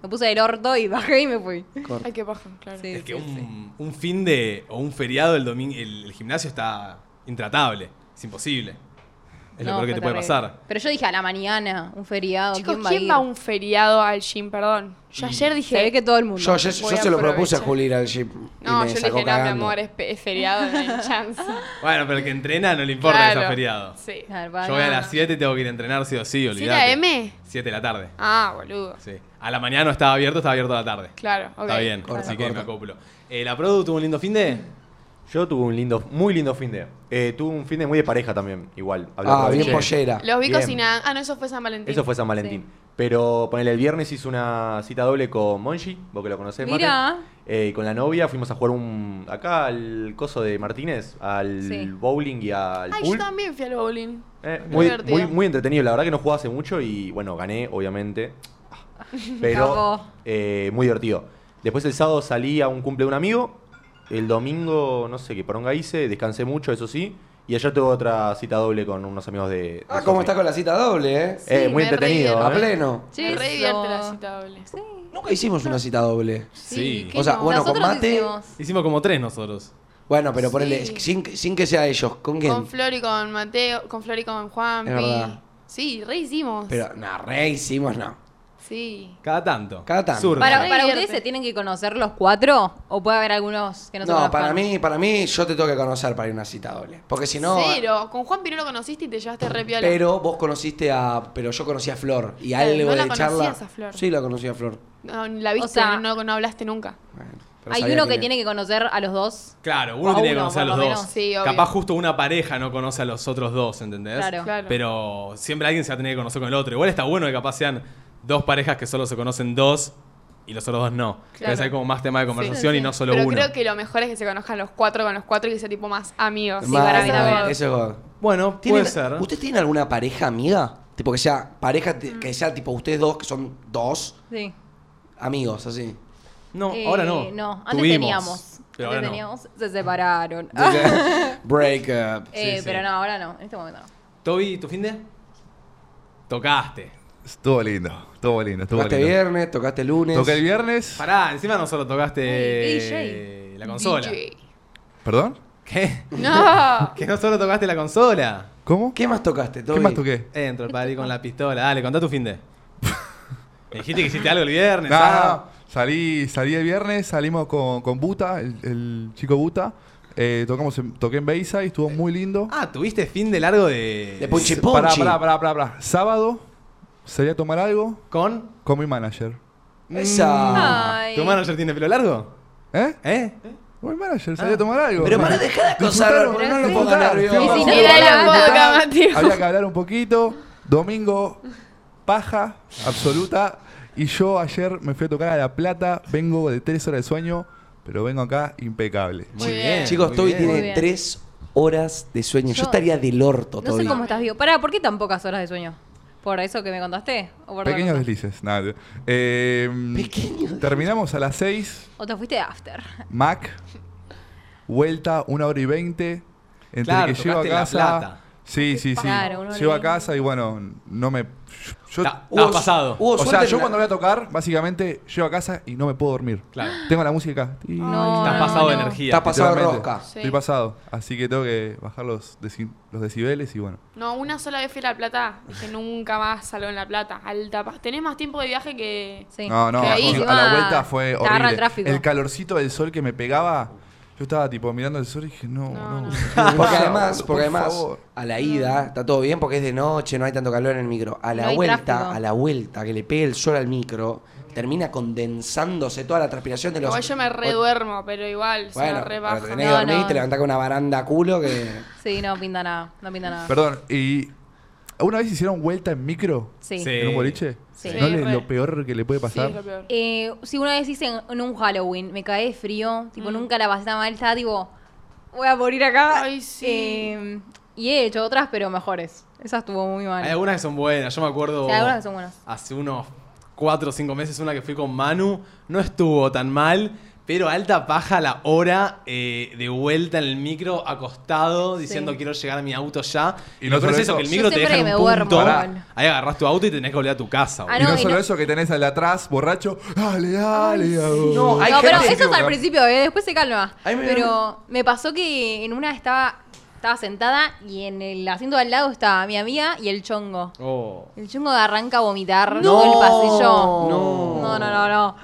me puse del orto y bajé y me fui. Ay, qué paja, claro. Sí, Es que sí, un, sí. un fin de o un feriado el domingo el, el gimnasio está intratable, es imposible. Es No, lo peor que fue te puede terrible. pasar. Pero yo dije a la mañana, un feriado. Chicos, ¿quién va, ¿quién a va Mm. ir? Mm. un feriado al gym? Perdón. Yo ayer dije. Se ve que todo el mundo. Yo, yo- yo Voy a se lo propuse a aprovechar. Juli ir al gym. y No, me yo sacó le dije, no, mi cagando. amor, es, pe- es feriado, no hay chance. Bueno, pero el que entrena no le importa que sea Claro. feriado. Sí. A ver, va, Yo voy a no, las 7 tengo que ir a entrenar sí o sí, olvidate. ¿Siete AM? 7 de la tarde. Ah, boludo. Sí. A la mañana no estaba abierto, estaba abierto a la tarde. Claro, ok. Está bien, Corta, así que corta. me acoplo. Eh, la Produ tuvo un lindo fin de Yo tuve un lindo, muy lindo fin de. Eh, tuve un fin de muy de pareja también, igual. hablando Ah, de- bien Sí. pollera. Los vi Bien. cocinando. Ah, no, eso fue San Valentín. Eso fue San Valentín. Pero ponele, el viernes hice una cita doble con Monchi, vos que lo conocés, Mate. Mirá. Eh, y con la novia fuimos a jugar un acá al coso de Martínez, al Sí. bowling y al Ay, yo pool. también fui al bowling. Eh, Qué muy, divertido. muy, muy entretenido, la verdad que no jugaba hace mucho y bueno, gané, obviamente. Ah, Pero Cagó. eh, muy divertido. Después el sábado salí a un cumple de un amigo. El domingo, no sé qué poronga hice, descansé mucho, eso sí. Y ayer tuve otra cita doble con unos amigos de. de Ah, ¿cómo Sofi. está con la cita doble, eh? Eh, Sí, muy me entretenido. reí, A ¿eh? pleno. Me re divierte la cita doble. Nunca hicimos una cita doble. Sí. ¿qué O sea, no? bueno, con Nosotros mate- hicimos. Hicimos como tres nosotros. Bueno, pero ponele, Sí. sin, sin que sea ellos, ¿con quién? Con Flor y con Mateo, con Flor y con Juan. Es verdad. Sí, re hicimos. pero, no, re hicimos, no. Sí. Cada tanto. Cada tanto. Surge. Para, Re para divierte. ustedes se tienen que conocer los cuatro o puede haber algunos que no, se No, conozcan? para mí, para mí, yo te tengo que conocer para ir a una cita doble. Porque si no. Cero. Con Juan Pino lo conociste y te llevaste re piola. Pero vos conociste a. Pero yo conocí a Flor. Y Claro, algo no la de charla. conocías a Flor. Sí, la conocí a Flor. No, la viste, O sea, no, no hablaste nunca. Bueno, pero Hay sabía uno quién que era. tiene que conocer a los dos. Claro, O uno a tiene que uno, conocer a por los lo dos. menos. Sí, obvio. Capaz justo una pareja no conoce a los otros dos, ¿entendés? Claro. Claro. Pero siempre alguien se va a tener que conocer con el otro. Igual está bueno que capaz sean dos parejas que solo se conocen dos y los otros dos no. Entonces hay como más tema de conversación Sí, sí. y no solo Pero uno. creo que lo mejor es que se conozcan los cuatro con los cuatro y que sea tipo más amigos. Mal, para mí mal, también. Eso es God. Bueno, ¿Tienen- puede ser. ¿Ustedes tienen alguna pareja amiga? Tipo que sea pareja, te- que sea tipo ustedes dos, que son dos Sí. amigos, así. No, Eh, ahora no. No, antes Tuvimos, teníamos. Pero antes ahora no. teníamos, se separaron. Ah, Break up. Eh, sí. Pero no, ahora no, en este momento no. Toby, ¿tu fin de? Tocaste. Estuvo lindo, estuvo lindo, estuvo Tocaste lindo. viernes, tocaste lunes. Toqué el viernes. Pará, encima no solo tocaste Ay, DJ. la consola. DJ. ¿Perdón? ¿Qué? No. Que no solo tocaste la consola. ¿Cómo? ¿Qué más tocaste, ¿Qué Toby? más toqué? Entro al party con la pistola. Dale, contá tu fin de. Me dijiste que hiciste algo el viernes. No, ah. no, Salí, salí el viernes, salimos con, con Buta, el, el chico Buta. Eh, tocamos en- toqué en Beisa y estuvo muy lindo. Ah, tuviste fin de largo de. De punchi Pará, punchi. pará, pará, pará, pará. Sábado salí a tomar algo Con. con mi manager. Esa. Ay. ¿Tu manager tiene pelo largo? ¿Eh? ¿eh? Con mi manager, salí a tomar algo. Ah. Pero para dejar de acosar, Disfrutaron, porque no lo sí. ponga nervioso. Sí, sí, Mira la boca, Mateo. Había que hablar un poquito. Domingo, paja absoluta. Y yo ayer me fui a tocar a La Plata. Vengo de tres horas de sueño, pero vengo acá impecable. Muy bien. Chicos, muy Toby bien. Mm. Muy tiene bien. tres horas de sueño. Yo Yo- estaría del orto, No sé Toby. cómo estás vivo. Pará, ¿por qué tan pocas horas de sueño? ¿Por eso que me contaste? ¿O por otra Pequeños cosa? deslices, nada. Eh, Terminamos a las 6. ¿O te fuiste after? Mac, vuelta, una hora y veinte. Entre Claro, que llego a tocaste en La casa. Plata. Sí, sí, sí. Claro, una hora y llego a veinte. casa y bueno, no me. Yo, Ta- Estabas pasado. Hubo o sea, suerte yo en la- cuando voy a tocar, básicamente llego a casa y no me puedo dormir. Claro. Tengo la música. No, Estás no, pasado de no. energía. Está pasado de Literalmente. rosca. Sí. Estoy pasado, así que tengo que bajar los, deci- los decibeles y bueno. No, una sola vez fui a La Plata. Dije, nunca más salgo en La Plata. Alta paz. Tenés más tiempo de viaje que... Sí. No, no, Que a, ahí a la encima vuelta fue te agarra horrible. el tráfico. calorcito del sol que me pegaba, yo estaba tipo mirando el sol y dije, no, no. No, no. Porque además, Por porque además, favor. a la ida está todo bien porque es de noche, no hay tanto calor en el micro. A la No hay vuelta, tráfico. a la vuelta que le pegue el sol al micro, termina condensándose toda la transpiración de los. Igual yo me reduermo, pero igual, se me Bueno, rebaja. pero tenés que No, dormir y no. te levantás con una baranda a culo que. Sí, no pinta nada. No pinta nada. Perdón, y una vez hicieron vuelta en micro Sí. Sí. en un boliche, Sí. ¿no le- re. lo peor que le puede Sí, es pasar? lo peor. Eh, si una vez hice en, en un Halloween, me caí de frío, tipo, Mm. nunca la pasé tan mal, estaba tipo, voy a morir acá. Ay, sí. Eh, y he hecho otras, pero mejores. Esa estuvo muy mal. Hay algunas que son buenas, yo me acuerdo. Sí, hay algunas que son buenas. Hace unos 4 o 5 meses, una que fui con Manu, no estuvo tan mal, pero alta paja la hora eh, de vuelta en el micro, acostado, diciendo quiero llegar a mi auto ya. Y Y no lo peor solo es eso, eso. que el micro Yo te deja siempre en un me duermo, punto. igual. Ahí agarras tu auto y tenés que volver a tu casa. Ah, y no no, y solo no- eso, que tenés al de atrás, borracho, dale, dale. dale". No, hay no, pero gente- eso es al principio, eh, después se calma. Ay, me- Pero me pasó que en una estaba, estaba sentada y en el asiento de al lado estaba mi amiga y el chongo. Oh. El chongo arranca a vomitar todo el pasillo. No. no, no, no. no.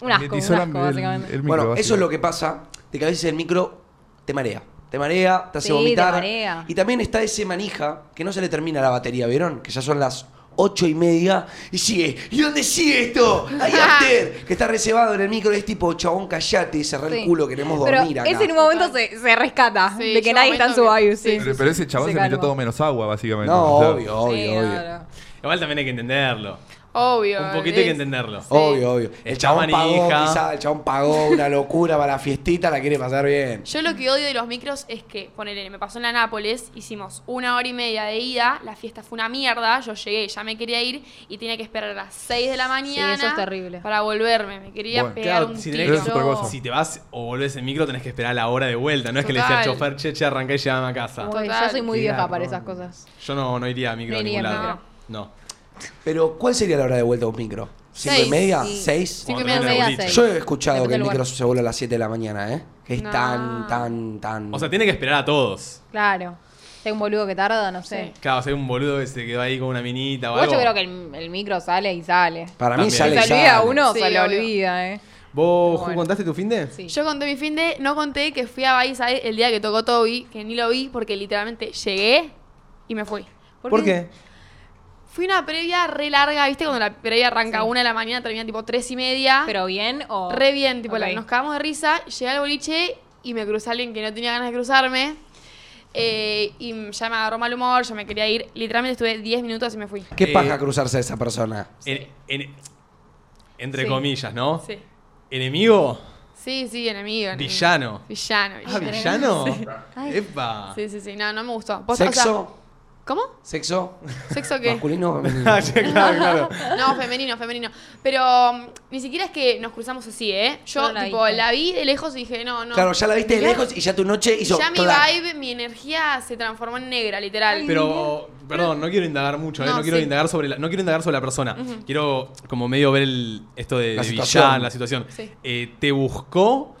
Un asco, un Mimetizó la- asco, el- básicamente. el micro, Bueno, eso es lo básicamente. que pasa, de que a veces el micro te marea. Te marea, te hace Sí, te vomitar. marea. Y también está ese manija que no se le termina la batería, ¿vieron? Que ya son las ocho y media y sigue. ¿Y dónde sigue esto? ¡Hay after! Que está reservado en el micro y es tipo, chabón, callate, cerrá Sí. el culo, queremos Pero dormir acá. ese en un momento se, se rescata Sí, de que yo nadie está en su momento que- bio, sí. Pero, pero ese chabón Se se, metió calma. todo menos agua, básicamente. No, O sea, obvio, obvio, Sí, no, obvio. no. Igual también hay que entenderlo. Obvio. Un poquito hay que es- entenderlo. Obvio, obvio. El Está chabón pagó, manija. quizá, el chabón pagó una locura para la fiestita, la quiere pasar bien. Yo lo que odio de los micros es que, ponele, me pasó en la Nápoles, hicimos una hora y media de ida, la fiesta fue una mierda, yo llegué, ya me quería ir y tenía que esperar a las 6 de la mañana. eso es terrible. Para volverme, me quería Bueno, pegar un si, tiro. tenés Pero es otra cosa. si te vas o volvés en micro, tenés que esperar la hora de vuelta. No es que le decía al Total. chofer, che, che, arranqué y llévame a casa. Uy, Total. yo soy muy Qué vieja para garrón. esas cosas. Yo no, no iría a micro No a ningún iría a lado. micro. No. Pero, ¿cuál sería la hora de vuelta de un micro? ¿Cinco Seis, y media? sí. ¿Seis? Cinco y Cuando media, termina el media, boliche. seis. Yo he escuchado Depende que el del micro lugar. se vuelve a las 7 de la mañana, ¿eh? Que es No. tan, tan, tan. O sea, tiene que esperar a todos. Claro. Si hay un boludo que tarda, no sé. Claro, si hay un boludo que se quedó ahí con una minita o Vos algo. yo creo que el, el micro sale y sale. Para mí También. sale. Se y olvida sale. uno, Sí, se lo obvio. olvida, eh. ¿Vos, Ju, Bueno. contaste tu fin de? Sí. Yo conté mi fin de, no conté que fui a Baiza el día que tocó Toby, que ni lo vi porque literalmente llegué y me fui. ¿Por qué? Fui una previa re larga, ¿viste? Cuando la previa arranca a una de la mañana, termina tipo tres y media. Ah, Pero bien o. Re bien, tipo, la- Ok. nos cagamos de risa. Llegué al boliche y me crucé a alguien que no tenía ganas de cruzarme. eh, y ya me agarró mal humor, yo me quería ir. Literalmente estuve 10 minutos y me fui. Qué Eh, paja cruzarse a esa persona. En- en- entre Sí. comillas, ¿no? Sí, ¿Enemigo? sí, sí enemigo. enemigo. ¿Villano? Villano, ¿Ah, villano. villano? ¡Epa! Sí, sí, sí. No, no me gustó. Posta, o sea, ¿Sexo? ¿Cómo? ¿Sexo? ¿Sexo qué? ¿Masculino o femenino? Ah, sí, claro, claro. No, femenino, femenino. Pero um, ni siquiera es que nos cruzamos así, ¿eh? Yo, No la tipo, viste. la vi de lejos y dije, no, no. Claro, ya la viste de lejos y ya tu noche Y hizo. ya mi clac. vibe, mi energía se transformó en negra, literal. Pero, perdón, no quiero indagar mucho, ¿eh? no, No, quiero sí. indagar sobre la, no quiero indagar sobre la persona. Quiero como medio ver el, esto de, La de situación. villano, la situación. Sí. Eh, ¿Te buscó?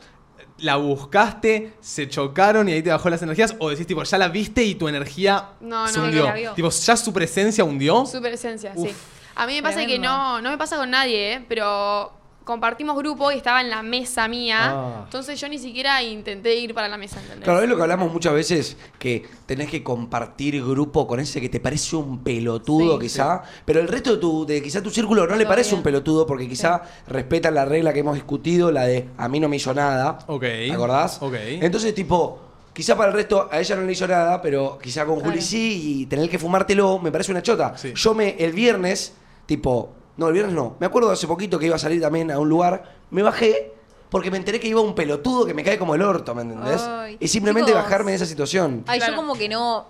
¿La buscaste? ¿Se chocaron y ahí te bajó las energías? ¿O decís tipo, ya la viste y tu energía No, se no, no, hundió? la vio. Tipo, ¿ya su presencia hundió? Super esencia, sí. A mí me pasa que Tremendo. no, no me pasa con nadie, ¿eh? pero compartimos grupo y estaba en la mesa mía. Ah. Entonces yo ni siquiera intenté ir para la mesa, ¿entendés? Claro, es lo que hablamos muchas veces, que tenés que compartir grupo con ese que te parece un pelotudo quizá, pero el resto de tu, de quizá tu círculo no le parece un pelotudo porque quizá respetan la regla que hemos discutido, la de a mí no me hizo nada. Ok. ¿Te acordás? Ok. Entonces, tipo, quizá para el resto a ella no le hizo nada, pero quizá con Juli sí y tener que fumártelo me parece una chota. Sí. Yo me, el viernes, tipo, no, el viernes no, me acuerdo hace poquito que iba a salir también a un lugar, me bajé porque me enteré que iba un pelotudo que me cae como el orto, ¿me entendés? Ay, y simplemente chicos. bajarme de esa situación. Ay, Claro. yo como que no.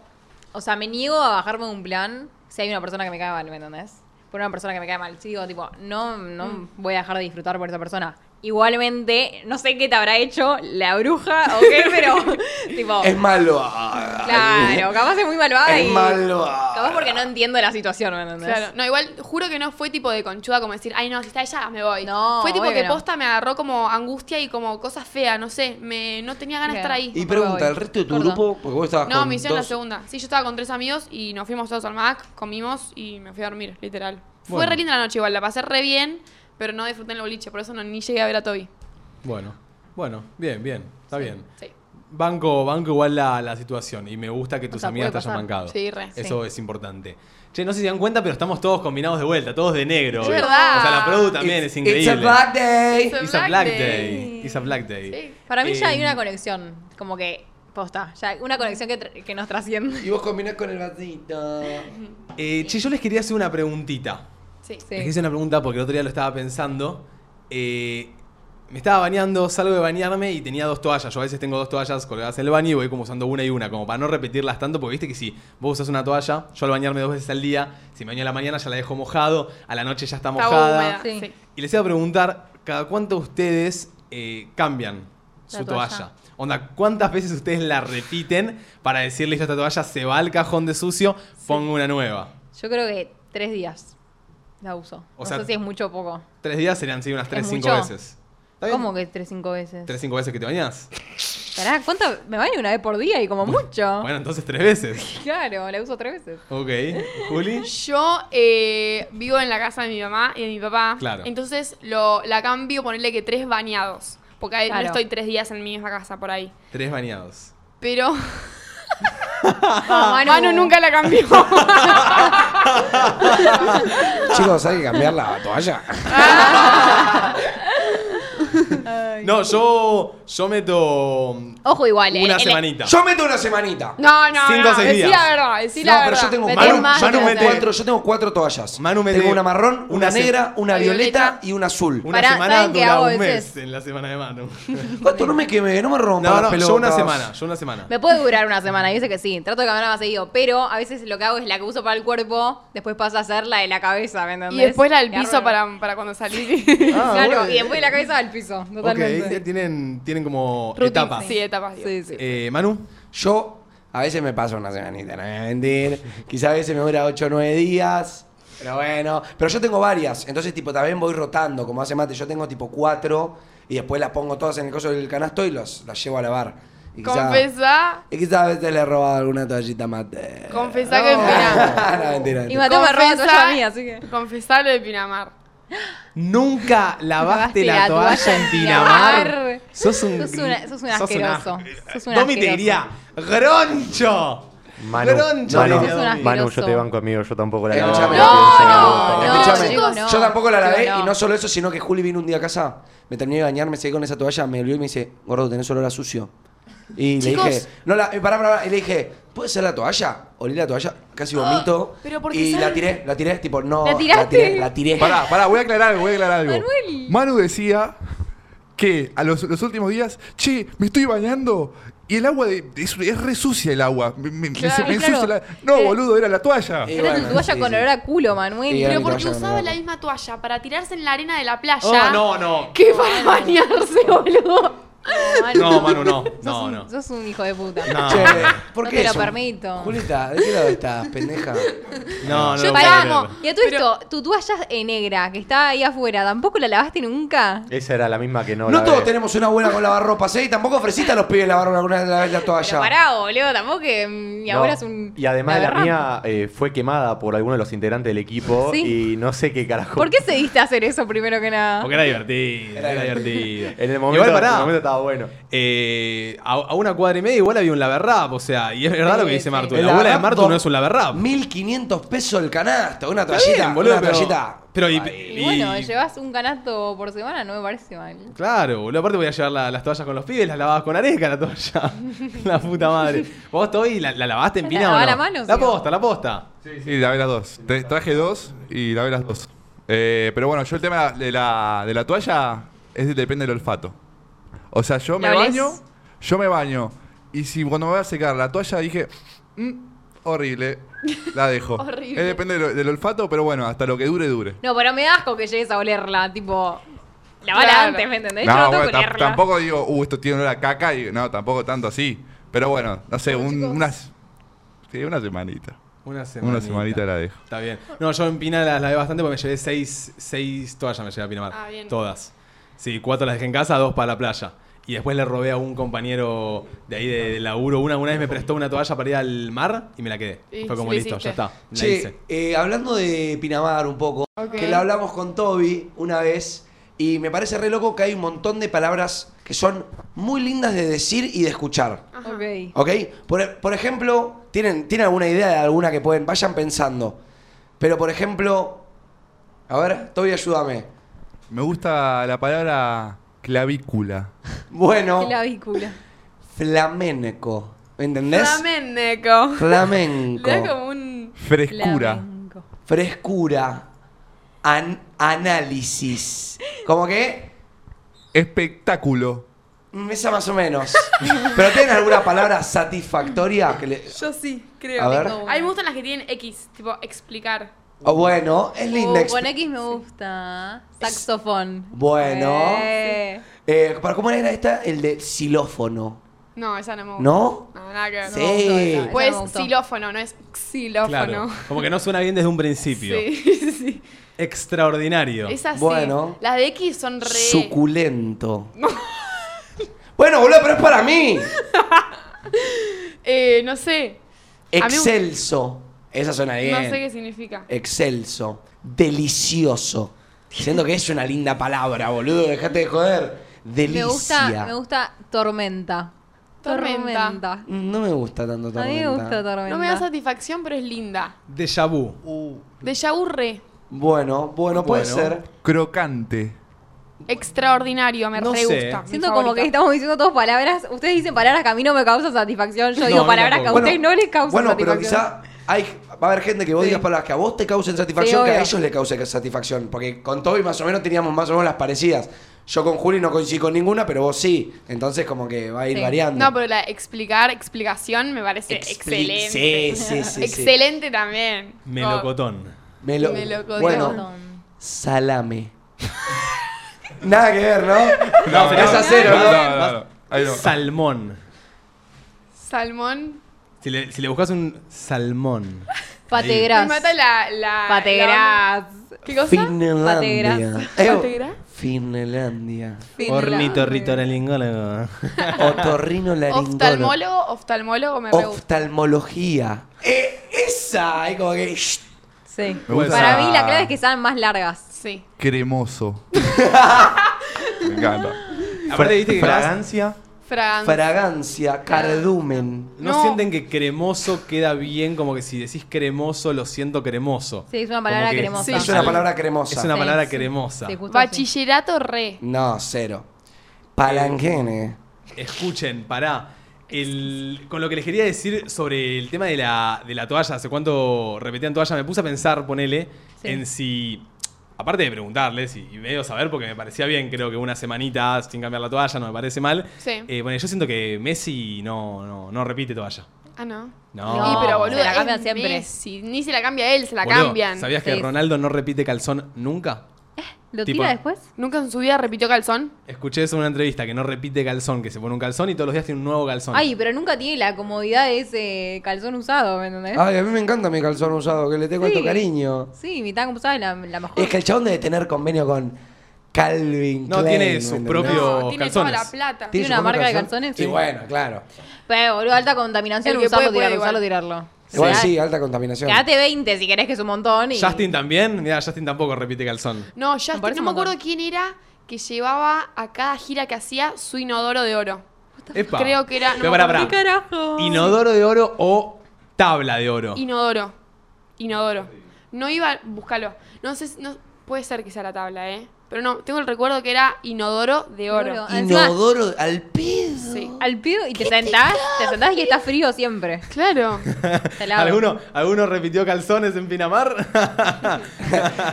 O sea, me niego a bajarme de un plan si hay una persona que me cae mal, ¿me entendés? Por una persona que me cae mal. Si digo, tipo, no, no voy a dejar de disfrutar por esa persona. Igualmente, no sé qué te habrá hecho la bruja o qué, pero, tipo, Es malo. ay, claro, capaz es muy malvada Es y- malo. Capaz porque no entiendo la situación, ¿me entendés? Claro, no, igual juro que no fue tipo de conchuda como decir, ay no, si está ella, me voy. No, fue tipo obvio que que no. posta me agarró como angustia y como cosas feas, no sé, me, no tenía ganas de estar ahí. Claro. Y pregunta, ¿el resto de tu Gordo. grupo? Porque vos estabas No, con me hicieron la dos- segunda. Sí, yo estaba con tres amigos y nos fuimos todos al MAC, comimos y me fui a dormir, literal. Fue Bueno. re linda la noche igual, la pasé re bien, pero no disfruté en el boliche, por eso no, ni llegué a ver a Toby. Bueno, bueno, bien, bien, está bien. Sí, Banco, banco igual la, la situación y me gusta que tus sea, amigas te puede hayan pasar. bancado. sí, re. Eso es importante. Che, no sé si se dan cuenta, pero estamos todos combinados de vuelta, todos de negro. Es verdad. O sea, la produ también It's- es increíble. It's a black day. It's a It's a black black day. day. It's a black day. Sí. Para mí ya hay Eh, una conexión, como que, posta, ya una conexión que, tra- que nos trasciende. Y vos combinás con el vasito. Eh, che, yo les quería hacer una preguntita. Sí. Les Sí. hice una pregunta porque el otro día lo estaba pensando. Eh, me estaba bañando, salgo de bañarme y tenía dos toallas. Yo a veces tengo dos toallas colgadas en el baño y voy como usando una y una, como para no repetirlas tanto, porque viste que si vos usas una toalla, yo al bañarme dos veces al día, si me baño a la mañana ya la dejo mojado, a la noche ya está Estaba mojada. húmeda. Sí. sí. Y les iba a preguntar, ¿cada cuánto ustedes eh, cambian La su toalla? toalla. Onda, ¿cuántas veces ustedes la repiten para decirle esta toalla se va al cajón de sucio, pongo una nueva? Yo creo que tres días la uso. O no sea, sé si es mucho o poco. Tres días serían, sí, unas tres, cinco mucho? veces. ¿Está bien? ¿Cómo que tres, cinco veces? ¿Tres, cinco veces que te bañas? Pará, ¿cuánto? Me baño una vez por día y como mucho. Bueno, entonces tres veces. Claro, la uso tres veces. Ok. ¿Juli? Yo eh, vivo en la casa de mi mamá y de mi papá. Claro. Entonces lo, la cambio, ponerle que tres bañados. Porque ahí Claro. no estoy tres días en mi misma casa por ahí. Tres bañados. Pero Ah, Manu. Manu nunca la cambió. Chicos, hay que cambiar la toalla. No, yo, yo meto Ojo igual, eh. una en- semanita. Yo meto una semanita. No, no, Cinco o no. seis Decí días. la verdad, decí no, la pero verdad. yo tengo, Metés Manu, más, Manu metés mete más. cuatro, yo tengo cuatro toallas. Manu mete tengo una marrón, una, una se- negra, una una violeta violeta. y una azul. Una Pará, semana ¿saben qué dura hago un veces? mes en la semana de Manu. Pato, no me quemé, no me rompa No, las no, pelotas. yo una semana, yo una semana. Me puede durar una semana, yo sé que sí, trato de caminar más seguido, pero a veces lo que hago es la que uso para el cuerpo, después pasa a ser la de la cabeza, ¿me entendés? Y después la del Me piso arruino. para, para cuando salí. Ah, claro, bueno. y después la cabeza va al piso, Ok, totalmente. tienen, tienen como Rutin- etapas. Sí, etapas. digo. Sí, sí. Eh, Manu, Yo a veces me paso una semanita, no voy a mentir. Quizá a veces me dura 8 o 9 días. Pero bueno, pero yo tengo varias. Entonces, tipo, también voy rotando, como hace Mate. Yo tengo tipo cuatro y después las pongo todas en el coso del canasto y los, las llevo a lavar. Y quizá- Confesá, Y quizás a veces le he robado alguna toallita a Mate. confesá que en Pinamar. no, mentira, Y mentira. Mateo me roba Confesá- toalla mía, así que... Confesá lo de Pinamar. nunca lavaste Lavaste la, la toalla toalla en en Pinamar. Pinamar. Sos un, Sos una- sos un asqueroso. Sos un Domi te asqueroso. diría, ¡Groncho! Manu, ¡Groncho! Manu, te diría Domi. Sos un Oh, asqueroso. Manu, yo te banco, amigo. Yo tampoco la Eh, Escuchame. lavo, No, no, no. la pienso, la uso, la uso. Escuchame, chicos, no. yo tampoco la lavé Chicos, no. y no solo eso, sino que Juli vino un día a casa, me terminé de bañar, me seguí con esa toalla, me olvidó y me dice, gordo, tenés olor a sucio. Y Chicos. le dije, no la, eh, pará, pará, pará. y le dije, ¿puede ser la toalla? Olí la toalla, Ah, casi vomito. pero porque y la sabe- tiré, la tiré, tipo, no, ¿La la tiré, tiraste? la tiré. Pará, pará, voy a aclarar algo, voy a aclarar algo. Manuel. Manu decía que a los, los últimos días, che, me estoy bañando y el agua de- es, es re sucia el agua. Me, me- me- Claro, me ensucia claro. Eh, la- No, boludo, era la toalla. Eh, Era bueno, tu toalla sí, con sí. olor a culo, Manuel. Y era Pero mi porque toalla, usaba no. la misma toalla para tirarse en la arena de la playa. Oh, no, no. Que para bañarse, boludo. No, Manu, no. No, un, no. Sos un hijo de puta. No, Che, ¿por No qué te lo eso? permito. Julita, ¿de qué lado estás, pendeja? no, no. Yo lo te puedo amo. creer. Y a todo esto, tu toalla eh, negra que está ahí afuera, ¿tampoco la lavaste nunca? Esa era la misma que no. No, la todos ve. tenemos una buena con lavarropas, ¿eh? Y tampoco ofreciste a los pibes lavar una una- la, la toalla. Pero pará, boludo, tampoco que mm, mi No. abuela es un. Y además la, garrafa. mía eh, fue quemada por alguno de los integrantes del equipo Sí. y no sé qué carajo. ¿Por qué se diste a hacer eso primero que nada? Porque era divertido, Era era, divertido. En el momento, Igual, pará. en el momento estaba bueno. Eh, a, a una cuadra y media igual había un laberrap, o sea, y es verdad Sí, lo que dice sí. Martu. El La abuela de laberrap Martu dos- no es un laberrap. 1500 pesos el canasto, una Está toallita, bien, boludo, una pero- toallita. Pero y, Y, y- bueno, llevas un canasto por semana, no me parece mal. Claro, boludo. Aparte voy a llevar la- las toallas con los pibes, las lavabas con areca la toalla. la puta madre. ¿Vos, Toby, la, la lavaste en ¿La pina o lavaba no? la mano, La sí, posta, la posta. Sí, sí, lavé las dos. Te- traje dos y lavé las dos. Eh, pero bueno, yo el tema de la, de la toalla es de- depende del olfato. O sea, yo me ¿La olés? baño, yo me baño. Y si cuando me voy a secar la toalla dije, "Mm, horrible, la dejo. Horrible. Es depende del, del olfato, pero bueno, hasta lo que dure, dure. No, pero me da asco que llegues a olerla, tipo. Lavala Claro. antes, ¿me entendés? No, Yo no tengo bueno, que tam- olerla. tampoco digo, uh, esto tiene olor a caca. Y, no, tampoco tanto así. Pero bueno, no sé, un- unas. Sí, una semanita. Una semanita. Una semanita la dejo. Está bien. No, yo en Pina las lavé bastante porque me llevé seis, seis toallas, me llevé a Pinamar. Ah, bien. Todas. Sí, cuatro las dejé en casa, dos para la playa. Y después le robé a un compañero de ahí de, de laburo. Una, una vez me prestó una toalla para ir al mar y me la quedé. Y Fue como lo listo, hiciste. ya está. La hice. Che, eh, hablando de Pinamar un poco, que la hablamos con Toby una vez, y me parece re loco que hay un montón de palabras que son muy lindas de decir y de escuchar. Ok. ¿Ok? Por, por ejemplo, ¿tienen, ¿tienen alguna idea de alguna que pueden? Vayan pensando. Pero por ejemplo, a ver, Toby, ayúdame. Me gusta la palabra clavícula. Bueno, Ah. Qué lavícula. flamenco. ¿Entendés? Flamenco. flamenco. Le da como un. Frescura. Flamenco. Frescura. an- análisis. ¿Cómo que? Espectáculo. Mm, Esa más o menos. ¿Pero tienen alguna palabra satisfactoria? Que le... Yo sí, A creo. ver. Tengo una. A mí me gustan las que tienen X, tipo explicar. Oh, bueno, es linda. Uh, exp- con X me gusta. Saxofón. Bueno. Eh. Eh, ¿para ¿Cómo era esta? El de xilófono. No, esa no me gusta. ¿No? No, nada que ver. Sí. No, Pues Esa me gustó. xilófono, no es Claro. xilófono. Como que no suena bien desde un principio. Sí, sí. Extraordinario. Es así. Bueno. Las de X son re. Suculento. bueno, boludo, pero es para mí. Eh, no sé. A mí- Excelso. Esa suena bien. Eh, No sé qué significa. Excelso. Delicioso. Siento que es una linda palabra, boludo. Dejate de joder. Delicia. Me gusta, me gusta tormenta. Tormenta. No me gusta tanto A mí me tormenta. gusta tormenta. No me da satisfacción, pero es linda. Déjà vu. Uh. De yaurre. Bueno, bueno, puede Bueno. ser. Crocante. Extraordinario, me No re sé. gusta. mi Siento como que favorita. estamos diciendo todas palabras. Ustedes dicen palabras que a mí no me causan satisfacción. Yo No, a digo mí palabras que a tampoco. ustedes no les causan Bueno, pero satisfacción. quizá hay, va a haber gente que vos digas palabras que a vos te causen satisfacción, Sí, que a obvio. ellos les cause satisfacción. Porque con Toby más o menos teníamos más o menos las parecidas. Yo con Juli no coincido con ninguna, pero vos sí. Entonces como que va a ir Sí. variando. No, pero la explicar, explicación me parece Expli- excelente. Sí, sí, sí. sí. excelente también. Oh, Melocotón. Me lo- Melocotón. Bueno, salame. Nada que ver, ¿no? No, sería- es a cero, no, ¿no? no, no, no. Ahí no. Salmón. Como Salmón. Si le, si le buscas un salmón. Ahí. Pategras. Me mata la. la la- Pategras. ¿Qué cosa? Finlandia. Pategras. Eh, oh, Pategras. Finlandia. Ornitorritorelingólogo. Otorrino laringólogo. Oftalmólogo, oftalmólogo Ah, me re gusta. Oftalmología. Eh, esa, es como que. shh, Sí. Me gusta Para esa- mí la clave es que sean más largas. Sí. Cremoso. me encanta. Aparte, viste que Fragancia. Fragancia. Fragancia, cardumen. ¿No, No. sienten que cremoso queda bien? Como que si decís cremoso, lo siento cremoso. Sí, es una Como palabra que- cremosa. Sí, Es una Sal- palabra Es cremosa. una Sí, palabra sí. cremosa. Sí, justo así. Bachillerato re. No, cero. Palangene. Escuchen, pará. El- con lo que les quería decir sobre el tema de la, de la toalla, hace cuánto repetían toalla, me puse a pensar, ponele, Sí. en si. Aparte de preguntarles y, y medio saber, porque me parecía bien, creo que una semanita sin cambiar la toalla no me parece mal. Sí. Eh, bueno, yo siento que Messi no, no, no repite toalla. Ah, no. No. Y pero Se boludo, la cambian es siempre. Messi. Ni se la cambia él, se la Boludo, cambian. ¿Sabías que Sí. Ronaldo no repite calzón nunca? ¿Lo Tipo- tira después? Nunca en su vida repitió calzón. Escuché eso en una entrevista, que no repite calzón, que se pone un calzón y todos los días tiene un nuevo calzón. Ay, pero nunca tiene la comodidad de ese calzón usado, ¿me entendés? Ah. Ay, a mí me encanta mi calzón usado, que le tengo ¿Eh? Sí. tanto cariño. Sí, mitad como usada es la, la mejor. Es que el chabón debe tener convenio con Calvin No, Klein, tiene ¿me su entendés? propio- Obvio, no, tiene calzones. toda la plata. Ah, Tiene su una propio marca de calzones, Sí, sí. bueno, claro. Pero, boludo, alta contaminación, El que usarlo, puede, puede tirarlo, igual. usarlo, tirarlo. Igual O sea, sí, alta contaminación. Quédate 20 si querés que es un montón. Y... Justin también, mira, Justin tampoco repite calzón. No, ya no parece un me montón. acuerdo quién era que llevaba a cada gira que hacía su inodoro de oro. Epa. Creo que era- no Pero me pará, acuerdo. pará. Carajo. Inodoro de oro o tabla de Ah. oro. Inodoro. Inodoro. No iba, búscalo. No sé, si- no, puede ser que sea la tabla, ¿eh? Pero no, tengo el recuerdo que era inodoro de oro. Inodoro. Inodoro al pedo. Sí. Al pido y te sentás, te sentás y está frío siempre. Claro. Te lavo. ¿Alguno, ¿Alguno repitió calzones en Pinamar?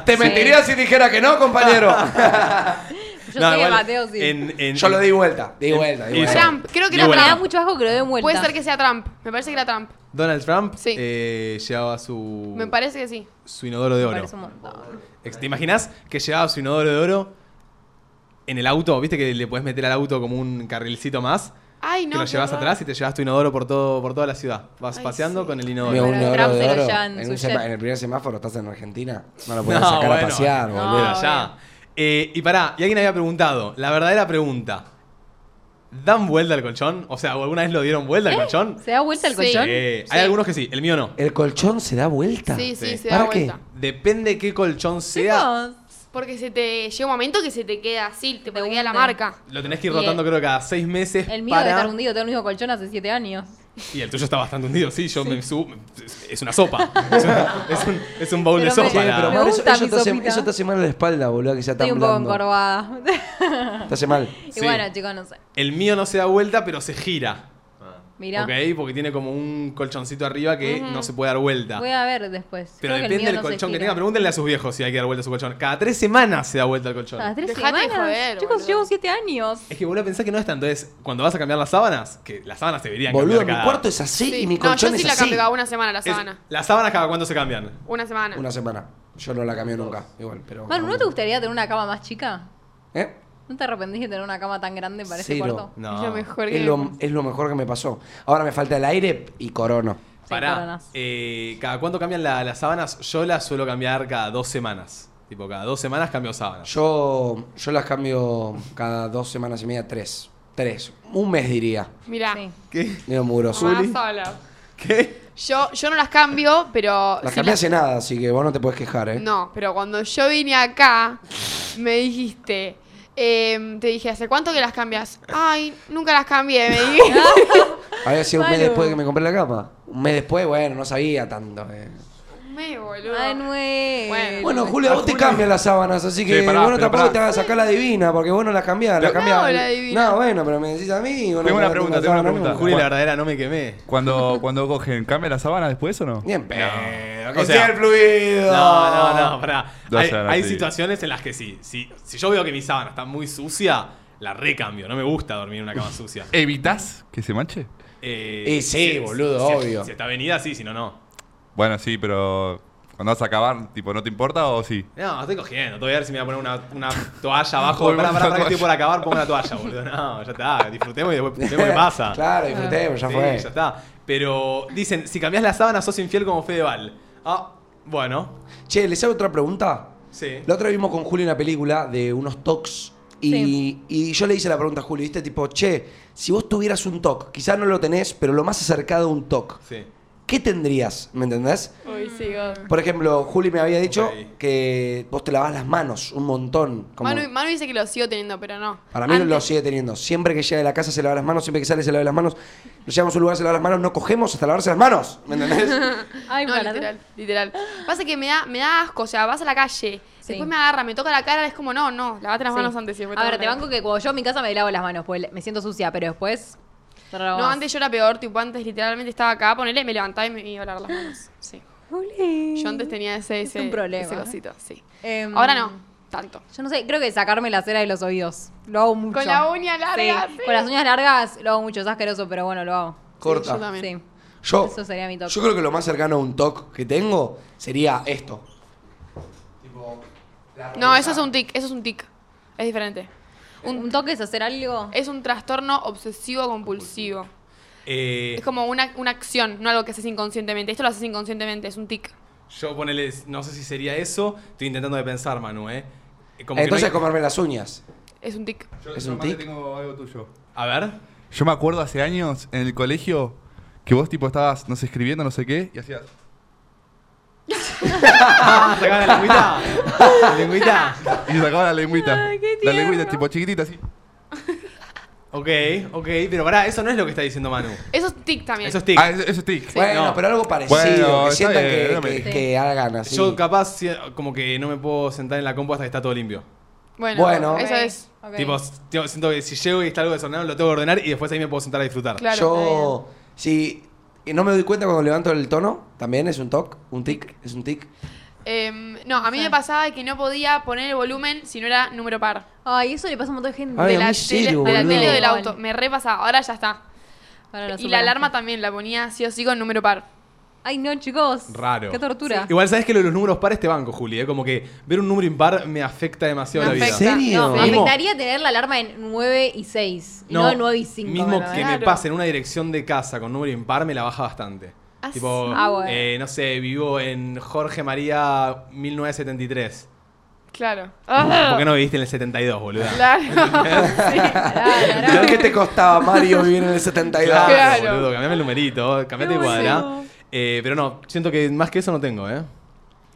Te mentiría si dijera que no, compañero. Yo No, sé que igual, Mateo sí. en- en- Yo lo di vuelta, di vuelta. Di y vuelta. Sam. Trump, creo que Ni era Me bueno. da Trump. mucho asco que lo den vuelta. Puede ser que sea Trump. Me parece que era Trump. Donald Trump Sí. eh, llevaba Uh. su, Me parece que sí. su inodoro de Me oro. parece un montón. Ex- ¿Te imaginas que llevaba su inodoro de oro en el auto? ¿Viste que le podés meter al auto como un carrilcito más? Ay, no. que lo qué llevas horror. atrás y te llevas tu inodoro por, todo, por toda la ciudad. Vas Ay, paseando sí. con el Amigo, inodoro. Ay, un Pero el inodoro Trump de se lo oro. llevan En, su un jet. sema- en el primer semáforo estás en Argentina. No lo podés sacar bueno, a pasear, no. boludo. Pero ya. Eh, y pará, y alguien había preguntado, la verdadera pregunta. ¿Dan vuelta al colchón? O sea, ¿alguna vez lo dieron vuelta al colchón? ¿Eh? ¿Se da vuelta el Sí. colchón? Eh, Hay Sí. algunos que sí, el mío no. ¿El colchón se da vuelta? Sí, sí, Sí. se da ¿Para qué? vuelta. Depende qué colchón sea. Chicos, Porque se te llega un momento que se te queda así, te, Te queda la hunde. marca. Lo tenés que ir Y el- rotando creo cada seis meses El mío de para... estar hundido, tengo el mismo colchón hace 7 años. Y el tuyo está bastante hundido, sí. Yo me subo... es- Es una sopa. es, un, es un- es un bowl Pero de me- Sí, sopa. Ojalá. pero la- Me amor, eso, gusta eso mi te hace, sopita. eso te hace mal a la espalda, boludo, que sea tan Estoy un poco blando. encorvada. Te hace mal. y Sí. bueno, chicos, no sé. El mío no se da vuelta, pero se gira. Mirá. ¿Ok? Porque tiene como un colchoncito arriba que no se puede dar vuelta. Voy a ver después. Pero Creo que el depende mío del no se colchón que gira. tenga. Pregúntenle a sus viejos si hay que dar vuelta a su colchón. Cada tres semanas se da vuelta el colchón. Cada tres Dejate de semanas. joder, Chicos, boludo. llevo 7 años. Es que boludo, pensá que no es tanto. Es cuando vas a cambiar las sábanas, que las sábanas se deberían Boludo, cambiar cada... mi cuarto es así Sí. y mi no, yo colchón sí es la así. cambio cada una semana la Es- sábana. las sábanas cada cuánto se cambian. Una semana. Una semana. Yo no la cambié nunca, igual, pero... Manu, ¿no te gustaría tener una cama más chica? ¿Eh? ¿No te arrepentís de tener una cama tan grande para ese Cero. cuarto? No. Es lo mejor que Es lo, es lo mejor que me pasó. Ahora me falta el aire y corono. Pará. coronas. eh, ¿Cada cuánto cambian la- las sábanas? Yo las suelo cambiar cada dos semanas. Tipo, cada dos semanas cambio sábanas. Yo, yo las cambio cada dos semanas y media, tres. Tres. Un mes diría. Mirá. Sí. ¿Qué? Digo, muros. Mamá Las sola. ¿Qué? Yo, yo no las cambio, pero. sí cambié las- hace nada, así que vos no te puedes quejar, ¿eh? No, pero cuando yo vine acá, me dijiste. em, te dije, ¿hace cuánto que las cambias? Ay, nunca las cambié, me dije. Había sido un mes Manu. después de que me compré la cama. Un mes después, bueno, no sabía tanto. eh. me boludo. Manuel. Bueno. Bueno, Julio, a vos te cambian las sábanas, así Sí, que pará, bueno, pero tampoco pará. te vas a sacar la divina, porque vos no las cambiás. La Pero- cambiás. No, la divina. No, bueno, pero me decís a mí. y vos no Tengo una cambiás nunca pregunta, tengo una sábana pregunta. nunca. Juli, la verdadera, no me quemé. Cuando, cuando cogen, ¿cambia la sábana después o no? Bien, pedo. O Que sea, sea el fluido. No, no, no, pará. No, hay o sea, no, hay sí. situaciones en las que sí. Si, si yo veo que mi sábana está muy sucia, la recambio. No me gusta dormir en una cama sucia. ¿Evitas que se manche? Eh, Y Eh, sí, boludo, si- obvio. Si está venida, sí, si no, no. Bueno, sí, pero cuando vas a acabar, tipo, ¿no te importa o sí? No, estoy cogiendo. Todavía a ver si me voy a poner una, una toalla abajo. Joder, Pará, pará, una pará, que estoy toalla. por acabar, pongo una toalla, boludo. No, ya está. Disfrutemos y después vemos qué pasa. Ah. Claro, disfrutemos, ya Sí, fue. ya está. Pero dicen, si cambias la sábana, sos infiel como Fedeval. Ah, bueno. Che, ¿les hago otra pregunta? Sí. La otra vez vimos con Julio una película de unos tocs. Y, y yo le hice la pregunta a Julio, ¿viste? Tipo, che, si vos tuvieras un toc, quizás no lo tenés, pero lo más acercado a un toc, Sí. ¿qué tendrías? ¿Me entendés? Uy, sí, God. Por ejemplo, Juli me había dicho Ok. que vos te lavás las manos un montón. como- Manu, Manu dice que lo sigo teniendo, pero no. para mí lo Antes- sigue teniendo. Siempre que llega de la casa se lava las manos, siempre que sale se lava las manos. Nos llegamos a un lugar, se lava las manos, no cogemos hasta lavarse las manos. ¿Me entendés? Ay, No, para- literal, literal. Pasa que me da, me da asco, o sea, vas a la calle, Sí. después me agarra, me toca la cara, es como, no, no, lavate las Sí. manos antes. y después A ver, toca te la banco que cuando yo en mi casa me lavo las manos, pues le- me siento sucia, pero después. te cara. robo No, más. antes yo era peor, tipo, antes literalmente estaba acá, ponele, me levantaba y me iba a lavar las manos. Sí. Yo antes tenía ese, Es ese, un problema. ese cosito, sí. Em, Ahora no, tanto. Yo no sé, creo que sacarme la cera de los oídos. Lo hago mucho. Con la uña larga, sí. Con las uñas largas lo hago mucho, es asqueroso, pero bueno, lo hago. Corta. yo también. Sí. Yo, Eso sería mi toque. Yo creo que lo más cercano a un toque que tengo sería esto. Tipo, No, eso es un tic, eso es un tic. Es diferente. Un, un toque es hacer algo. Es un trastorno obsesivo compulsivo. Eh, Es como una, una acción, no algo que haces inconscientemente. Esto lo haces inconscientemente, es un tic. Yo ponele, no sé si sería eso. Estoy intentando de pensar, Manu, ¿eh? Como que Entonces, no hay- comerme las uñas. Es un tic. Yo, ¿Es yo, un Mate, tic? tengo algo tuyo. A ver. Yo me acuerdo hace años en el colegio que vos tipo estabas, no sé, escribiendo, no sé qué, y hacías. Ah, sacá la lengüita. La lengüita. Y sacaba la lengüita. Ah, la lengüita, tipo chiquitita, así. Ok, ok. Pero pará, eso no es lo que está diciendo Manu. Eso es tic también. Eso es tic. Ah, eso, eso es tic. Bueno, No. pero algo parecido, Bueno, que está sientan bien, que, no me- que- que hagan así. Yo capaz si- como que no me puedo sentar en la compu hasta que está todo limpio. Bueno, Bueno. eso Ok, es. ok. Tipo, s- tío, siento que si llego y está algo desordenado, lo tengo que ordenar y después ahí me puedo sentar a disfrutar. Claro. Yo, si y no me doy cuenta cuando levanto el tono, también es un toc, un tic, es un tic. Em, no, a mí me pasaba que no podía poner el volumen si no era número par. Ay, eso le pasa a un montón de gente. Ay, De a la, mí tele, serio, de la boludo. tele o del Igual. auto. Me repasaba, ahora ya está. Ahora Y lo la superaste. alarma también la ponía sí o sí con número par. Ay, no, chicos. Raro. Qué tortura. Igual sabes que lo de los números pares te banco, Juli, ¿eh? Como que ver un número impar me afecta demasiado Me la vida. afecta. serio? No, me Mismo- afectaría tener la alarma en 9 y 6. Y no, en 9 y 5. Mismo que me Claro. pase en una dirección de casa con número impar me la baja bastante. Ah, tipo, sí. Ah, bueno. eh, no sé, vivo en Jorge María 1973. Claro. Ah. ¿Por qué no viviste en el 72, boluda? Claro. ¿Pero qué te costaba Mario vivir en el 72? Claro. boludo, cambiame el numerito, cambiate de cuadra. Eh, pero no, siento que más que eso no tengo, ¿eh?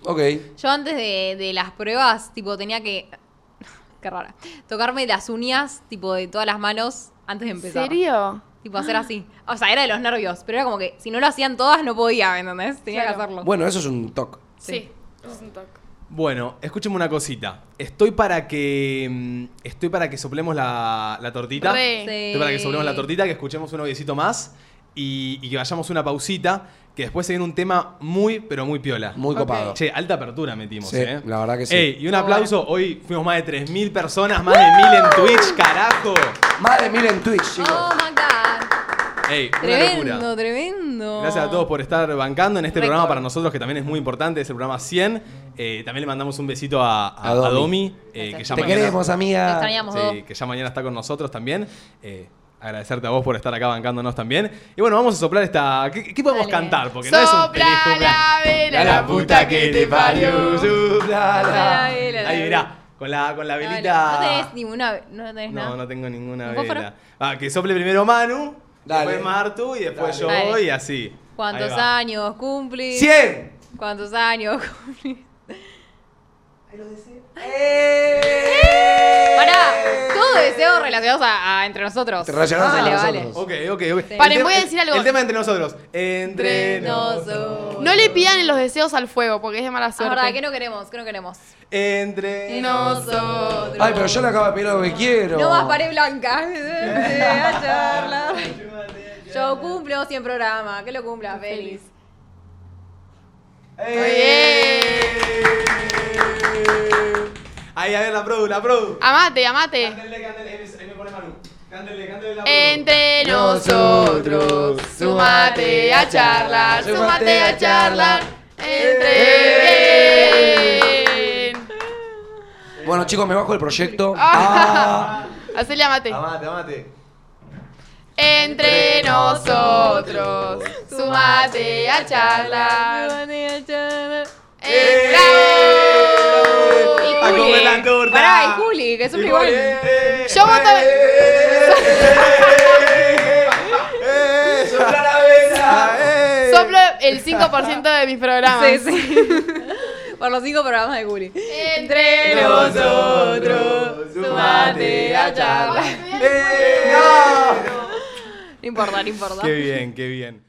Ok. Yo antes de, de las pruebas, tipo, tenía que. Qué rara. Tocarme las uñas, tipo, de todas las manos antes de ¿En empezar. serio? Tipo, hacer así. O sea, era de los nervios, pero era como que si no lo hacían todas, no podía, ¿me entendés? Tenía Claro. que hacerlo. Bueno, eso es un toc. Sí. Eso es un toque. Bueno, escúcheme una cosita. Estoy para que. mm, Estoy para que soplemos la, la tortita. Re. Sí. Estoy para que soplemos la tortita, que escuchemos un noviecito más y, y que vayamos una pausita, que después se viene un tema muy, pero muy piola. Muy copado. Che, alta apertura metimos, Sí, ¿eh? la verdad que sí. Ey, y un aplauso. Hoy fuimos más de 3.000 personas, más de 1.000 en Twitch, carajo. Más de mil en Twitch, chicos. Oh my god. Ey, una Tremendo, locura. tremendo. Gracias a todos por estar bancando en este Récord. programa para nosotros, que también es muy importante, es el programa 100. Eh, también le mandamos un besito a, a- A Domi. a Domi, eh, que Gracias. ya Te mañana- queremos, Lo amiga. extrañamos dos. Sí, que ya mañana está con nosotros también. Eh, agradecerte a vos por estar acá bancándonos también. Y bueno, vamos a soplar esta. ¿Qué, qué podemos Dale. cantar? Porque no es un Sopla feliz cumpleaños. la vela, la puta que te parió. Sopla la- Ay, la- Ahí mirá, con la, con la No, velita. No, tenés ninguna. No tenés No, nada. no tengo ninguna ¿Un fósforo? vela. Ah, que sople primero Manu, Dale. después Martu y después Dale. yo Dale. y así. ¿Cuántos Ahí va. años cumplís? ¡Cien! ¿Cuántos años cumplís? Pará, todo deseo relacionados a, a entre nosotros. Relacionados vale, entre vale. Ah, nosotros. Ok, ok, ok. El Paren, tema- voy a decir algo. El tema entre nosotros. Entre Entre nosotros. nosotros. No le pidan en los deseos al fuego porque es de mala La suerte. verdad, que no queremos, que no queremos. Eh, Entre Nosotros. Ay, pero yo le acabo de pedir lo que quiero. No más pared blanca. A charlar. Yo cumplo 100 programas. Que lo cumpla, feliz. Muy bien. Ahí, a ver, la produ, la produ. Amate, amate. Cántale, cántale, ahí me- ahí me pone Manu. Cántale, cántale la produ. Entre nosotros, sumate a charlar, sumate a charlar. Entre. Bueno, chicos, me bajo el proyecto. Ah. Hacele amate. Amate, amate. Entre nosotros, sumate a Ah. charlar. Eh, ¡Bravo! Y A Juli. comer la torta. Pará, y Juli, que sufre igual. Yo voto. Soplo el 5% de mis programas. Sí, sí. Por los 5 programas de Juli. Entre nosotros, sumate a charlar. No importa, no importa. Qué bien, qué bien.